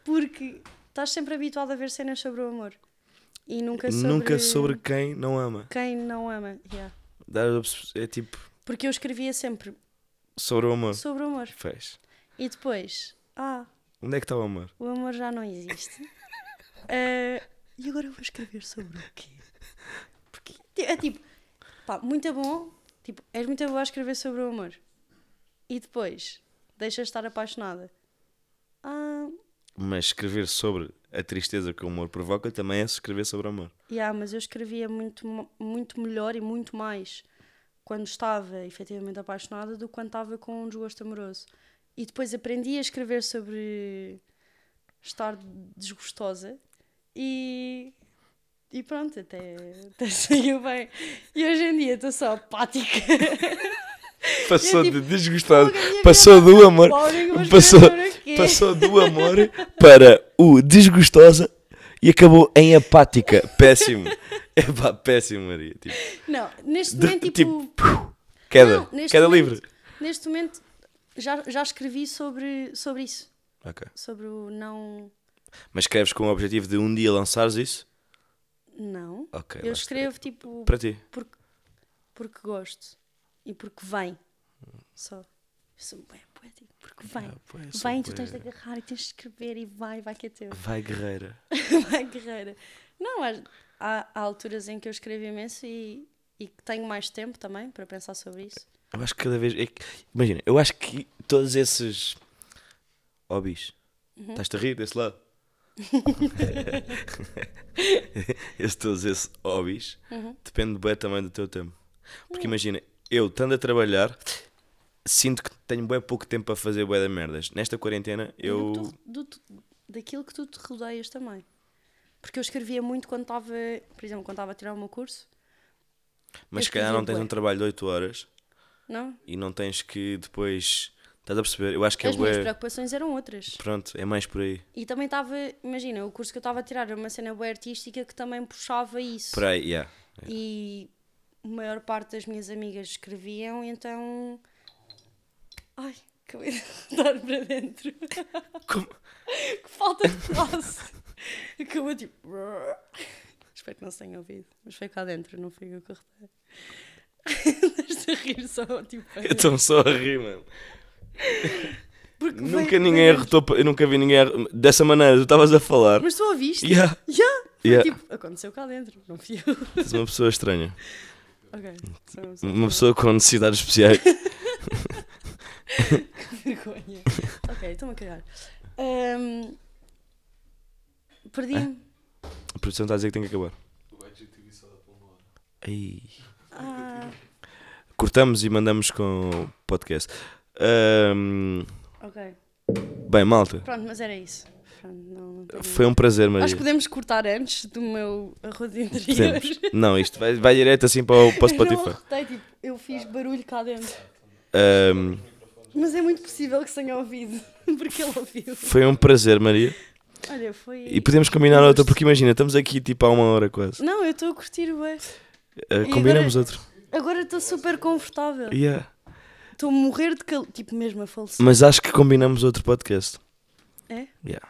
[SPEAKER 2] Porque estás sempre habituado a ver cenas sobre o amor. E nunca É sobre,
[SPEAKER 3] Nunca sobre quem não ama.
[SPEAKER 2] quem não ama. yeah.
[SPEAKER 3] Dar a perce- É tipo
[SPEAKER 2] Porque eu escrevia sempre
[SPEAKER 3] sobre o amor.
[SPEAKER 2] sobre o amor.
[SPEAKER 3] Fez.
[SPEAKER 2] E depois, ah,
[SPEAKER 3] Onde é que está o amor?
[SPEAKER 2] o amor já não existe. Eh, e agora eu vou escrever sobre o quê? Porque ti- é tipo, pá, muito bom, tipo, és muito boa a escrever sobre o amor. E depois, deixas de estar apaixonada. Ah,
[SPEAKER 3] Mas escrever sobre a tristeza que o amor provoca também é escrever sobre o amor.
[SPEAKER 2] yeah, mas eu escrevia muito, mo- muito melhor e muito mais quando estava efetivamente apaixonada do que quando estava com um desgosto amoroso. E depois aprendi a escrever sobre estar desgostosa e, e pronto, até, até saiu bem. E hoje em dia estou só apática.
[SPEAKER 3] Passou
[SPEAKER 2] Eu,
[SPEAKER 3] de
[SPEAKER 2] tipo,
[SPEAKER 3] desgostado.
[SPEAKER 2] "Fogo, a minha
[SPEAKER 3] Passou
[SPEAKER 2] vida
[SPEAKER 3] do
[SPEAKER 2] tá
[SPEAKER 3] amor.
[SPEAKER 2] boring, mas
[SPEAKER 3] Passou,
[SPEAKER 2] para ver o quê?"
[SPEAKER 3] passou do amor para o desgostosa e acabou em apática. Péssimo. É pá, péssimo, Maria. Tipo,
[SPEAKER 2] Não, neste
[SPEAKER 3] de-
[SPEAKER 2] momento, tipo
[SPEAKER 3] tipo, queda.
[SPEAKER 2] Não, neste
[SPEAKER 3] queda
[SPEAKER 2] momento-
[SPEAKER 3] livre.
[SPEAKER 2] Neste momento já, já escrevi sobre, sobre isso.
[SPEAKER 3] Ok.
[SPEAKER 2] Sobre o não.
[SPEAKER 3] Mas escreves com o objetivo de um dia lançares isso?
[SPEAKER 2] Não.
[SPEAKER 3] Ok, lá
[SPEAKER 2] eu
[SPEAKER 3] está.
[SPEAKER 2] escrevo tipo
[SPEAKER 3] Para ti.
[SPEAKER 2] porque, porque gosto e porque vem. Só. Eu sou bem poético. Porque vem.
[SPEAKER 3] pois, sou
[SPEAKER 2] vem, tu tens de
[SPEAKER 3] poético.
[SPEAKER 2] agarrar e tens de escrever e vai, vai que é teu.
[SPEAKER 3] Vai, guerreira.
[SPEAKER 2] vai, guerreira. Não, há, há- há alturas em que eu escrevo imenso e, e que tenho mais tempo também para pensar sobre isso.
[SPEAKER 3] Eu acho que cada vez. é que- imagina, eu acho que todos esses hobbies.
[SPEAKER 2] Uhum.
[SPEAKER 3] Estás-te a rir desse lado? Esse, todos esses hobbies
[SPEAKER 2] Uhum.
[SPEAKER 3] depende bem também do teu tempo.
[SPEAKER 2] Hum.
[SPEAKER 3] Porque imagina, eu estando a trabalhar, sinto que tenho bem pouco tempo para fazer bué da merdas. Nesta quarentena,
[SPEAKER 2] E do
[SPEAKER 3] eu.
[SPEAKER 2] que tu- do tu- daquilo que tu te rodeias também. Porque eu escrevia muito quando estava, por exemplo, quando estava a tirar o meu curso,
[SPEAKER 3] Mas
[SPEAKER 2] eu
[SPEAKER 3] se calhar não
[SPEAKER 2] escrevi
[SPEAKER 3] tens
[SPEAKER 2] bué.
[SPEAKER 3] um trabalho de 8 horas
[SPEAKER 2] não?
[SPEAKER 3] e não tens que depois. Estás a perceber? Eu acho que
[SPEAKER 2] As
[SPEAKER 3] é
[SPEAKER 2] minhas
[SPEAKER 3] bué.
[SPEAKER 2] preocupações eram outras.
[SPEAKER 3] Pronto, é mais por aí.
[SPEAKER 2] E também estava, imagina, o curso que eu estava a tirar era uma cena boa artística que também puxava isso.
[SPEAKER 3] Por aí, yeah.
[SPEAKER 2] E a maior parte das minhas amigas escreviam, então. Ai, acabei de dar para dentro.
[SPEAKER 3] Como-
[SPEAKER 2] que falta de classe! Acabou tipo. Espero que não se tenha ouvido, mas foi cá dentro, não foi eu que arrotei. Estás a rir só, tipo.
[SPEAKER 3] Eu estou só a rir, mano.
[SPEAKER 2] Porque veio-
[SPEAKER 3] Nunca
[SPEAKER 2] veio
[SPEAKER 3] ninguém
[SPEAKER 2] dentro.
[SPEAKER 3] arrotou. pa- Eu nunca vi ninguém arro- Dessa maneira, tu estavas a falar.
[SPEAKER 2] Mas tu ouviste?
[SPEAKER 3] Yeah,
[SPEAKER 2] Yeah. Foi
[SPEAKER 3] Yeah.
[SPEAKER 2] Tipo, aconteceu cá dentro, não fui eu.
[SPEAKER 3] és uma pessoa estranha.
[SPEAKER 2] ok, só não sei.
[SPEAKER 3] Uma pessoa com necessidades especiais.
[SPEAKER 2] vergonha. ok, estou-me a cagar. Ahm, Perdi-me.
[SPEAKER 3] A produção está a dizer que tem que acabar.
[SPEAKER 4] O IGTV só dá para uma hora.
[SPEAKER 3] Ai.
[SPEAKER 2] Ah,
[SPEAKER 3] Cortamos e mandamos com o podcast. Ahm,
[SPEAKER 2] ok,
[SPEAKER 3] bem, malta.
[SPEAKER 2] pronto, mas era isso. Pronto, não- não tenho-
[SPEAKER 3] Foi um prazer, Maria.
[SPEAKER 2] Acho que podemos cortar antes do meu arroz interior.
[SPEAKER 3] Podemos. Não, isto vai, vai direto assim para o, para o
[SPEAKER 2] Eu não
[SPEAKER 3] Spotify.
[SPEAKER 2] arrotei, tipo, eu fiz barulho cá dentro.
[SPEAKER 3] Ahm,
[SPEAKER 2] Mas é muito possível que se tenha ouvido, porque ele ouviu.
[SPEAKER 3] foi um prazer, Maria.
[SPEAKER 2] Olha, foi.
[SPEAKER 3] E podemos combinar outra, porque imagina, estamos aqui tipo há uma hora quase.
[SPEAKER 2] Não, eu estou a curtir, ué.
[SPEAKER 3] Ah,
[SPEAKER 2] E
[SPEAKER 3] combinamos
[SPEAKER 2] agora-
[SPEAKER 3] outro.
[SPEAKER 2] Agora estou super confortável.
[SPEAKER 3] Yeah.
[SPEAKER 2] Estou a morrer de calor. Tipo, mesmo a falecer.
[SPEAKER 3] Mas acho que combinamos outro podcast.
[SPEAKER 2] É?
[SPEAKER 3] Yeah.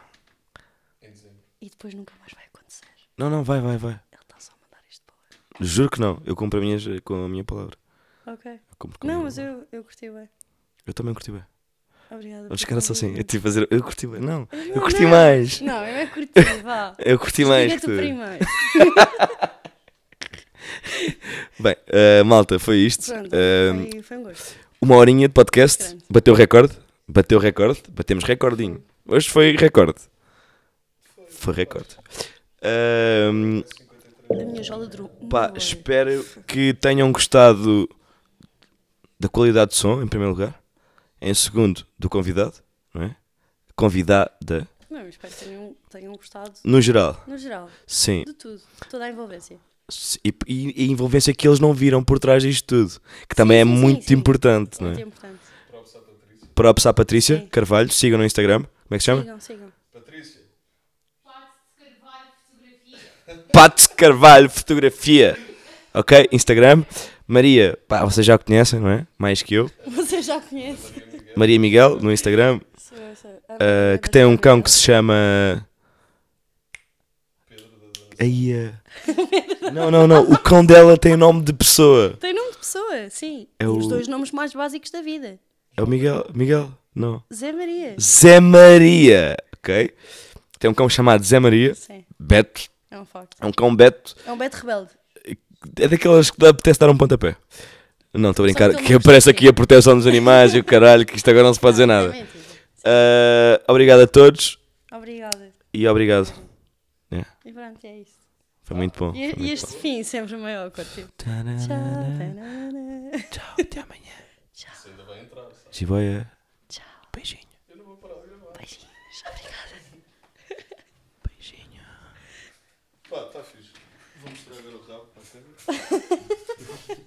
[SPEAKER 4] Em dezembro.
[SPEAKER 2] E depois nunca mais vai acontecer.
[SPEAKER 3] Não, não, vai, vai, vai.
[SPEAKER 2] Ele está só a mandar isto para o ar.
[SPEAKER 3] Juro que não. Eu compro a minha, com a minha palavra.
[SPEAKER 2] Ok.
[SPEAKER 3] Eu compro com a
[SPEAKER 2] Não,
[SPEAKER 3] minha
[SPEAKER 2] mas
[SPEAKER 3] palavra.
[SPEAKER 2] eu, eu curti bem.
[SPEAKER 3] Eu também curti bem.
[SPEAKER 2] Obrigada.
[SPEAKER 3] Vamos
[SPEAKER 2] por
[SPEAKER 3] ficar só assim.
[SPEAKER 2] convidarem.
[SPEAKER 3] Eu tive a fazer. Eu curti bem. Não, eu
[SPEAKER 2] Não,
[SPEAKER 3] curti
[SPEAKER 2] não. é
[SPEAKER 3] mais.
[SPEAKER 2] Não, eu é curti, vá.
[SPEAKER 3] Eu curti mais
[SPEAKER 2] Diga
[SPEAKER 3] que
[SPEAKER 2] tu
[SPEAKER 3] tu.
[SPEAKER 2] primeiro.
[SPEAKER 3] Bem, ah, malta, foi isto.
[SPEAKER 2] Pronto,
[SPEAKER 3] Ah,
[SPEAKER 2] foi, foi um gosto.
[SPEAKER 3] uma horinha de podcast.
[SPEAKER 2] Grande.
[SPEAKER 3] Bateu recorde. Bateu recorde. Batemos recordinho. Hoje foi recorde. Foi recorde. Ah,
[SPEAKER 2] A minha jola durou uma
[SPEAKER 3] Pá,
[SPEAKER 2] hora.
[SPEAKER 3] espero que tenham gostado da qualidade de som, em primeiro lugar. Em segundo, do convidado, não é? Convidada,
[SPEAKER 2] Não, eu espero que tenham, tenham gostado,
[SPEAKER 3] no geral.
[SPEAKER 2] no geral,
[SPEAKER 3] Sim.
[SPEAKER 2] de tudo, de toda a envolvência.
[SPEAKER 3] S- E, e- e a envolvência que eles não viram por trás disto tudo. Que também é
[SPEAKER 2] sim, sim,
[SPEAKER 3] muito
[SPEAKER 2] sim.
[SPEAKER 3] importante, não
[SPEAKER 2] Muito
[SPEAKER 3] é?
[SPEAKER 2] importante.
[SPEAKER 4] Props à Patrícia.
[SPEAKER 3] Props à Patrícia
[SPEAKER 2] Sim.
[SPEAKER 3] Carvalho, sigam no Instagram. Como é que se chama?
[SPEAKER 2] Sigam, sigam.
[SPEAKER 4] Patrícia!
[SPEAKER 3] Pato Carvalho Fotografia. Ok? Instagram. Maria, pá, vocês já a conhecem, não é? Mais que eu.
[SPEAKER 2] Vocês já conhecem.
[SPEAKER 3] Maria Miguel, no Instagram.
[SPEAKER 2] Sou eu, sou eu.
[SPEAKER 3] Uh, que tem um cão que se chama. Aí, uh, Não, não, não. O cão dela tem nome de pessoa.
[SPEAKER 2] Tem nome de pessoa, sim.
[SPEAKER 3] É
[SPEAKER 2] E Os
[SPEAKER 3] o-
[SPEAKER 2] dois nomes mais básicos da vida.
[SPEAKER 3] É o Miguel. Miguel? Não.
[SPEAKER 2] Zé Maria.
[SPEAKER 3] Zé Maria. Ok? Tem um cão chamado Zé Maria.
[SPEAKER 2] Sim,
[SPEAKER 3] Beto.
[SPEAKER 2] é um facto.
[SPEAKER 3] É um cão Beto.
[SPEAKER 2] É um Beto Rebelde.
[SPEAKER 3] É daquelas que dá apetece dar um pontapé. Não, estou a brincar.
[SPEAKER 2] Só que ele
[SPEAKER 3] Que
[SPEAKER 2] não
[SPEAKER 3] aparece
[SPEAKER 2] gosta.
[SPEAKER 3] aqui a proteção dos animais e o caralho, que isto agora não se pode dizer
[SPEAKER 2] Não, é
[SPEAKER 3] nada.
[SPEAKER 2] mentira.
[SPEAKER 3] Uh, obrigado a todos
[SPEAKER 2] Obrigada.
[SPEAKER 3] e obrigado. Yeah,
[SPEAKER 2] E pronto, é isso.
[SPEAKER 3] foi muito
[SPEAKER 2] E,
[SPEAKER 3] bom. foi
[SPEAKER 2] e
[SPEAKER 3] muito
[SPEAKER 2] este fim é sempre maior, curti.
[SPEAKER 3] bom.
[SPEAKER 2] Tchau. tanana.
[SPEAKER 3] Tchau, até amanhã.
[SPEAKER 4] Você ainda vai entrar, sabe?
[SPEAKER 3] Jiboia.
[SPEAKER 2] Tchau.
[SPEAKER 1] Beijinho.
[SPEAKER 2] Beijinhos, obrigada.
[SPEAKER 1] Beijinho.
[SPEAKER 4] Pá, está fixe. Vou mostrar agora o rabo. ok?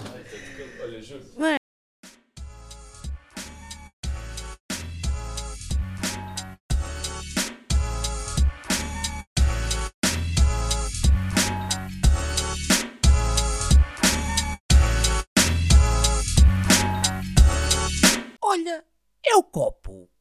[SPEAKER 4] Ai, tá tocando. Olha, juro.
[SPEAKER 1] Olha, é o copo.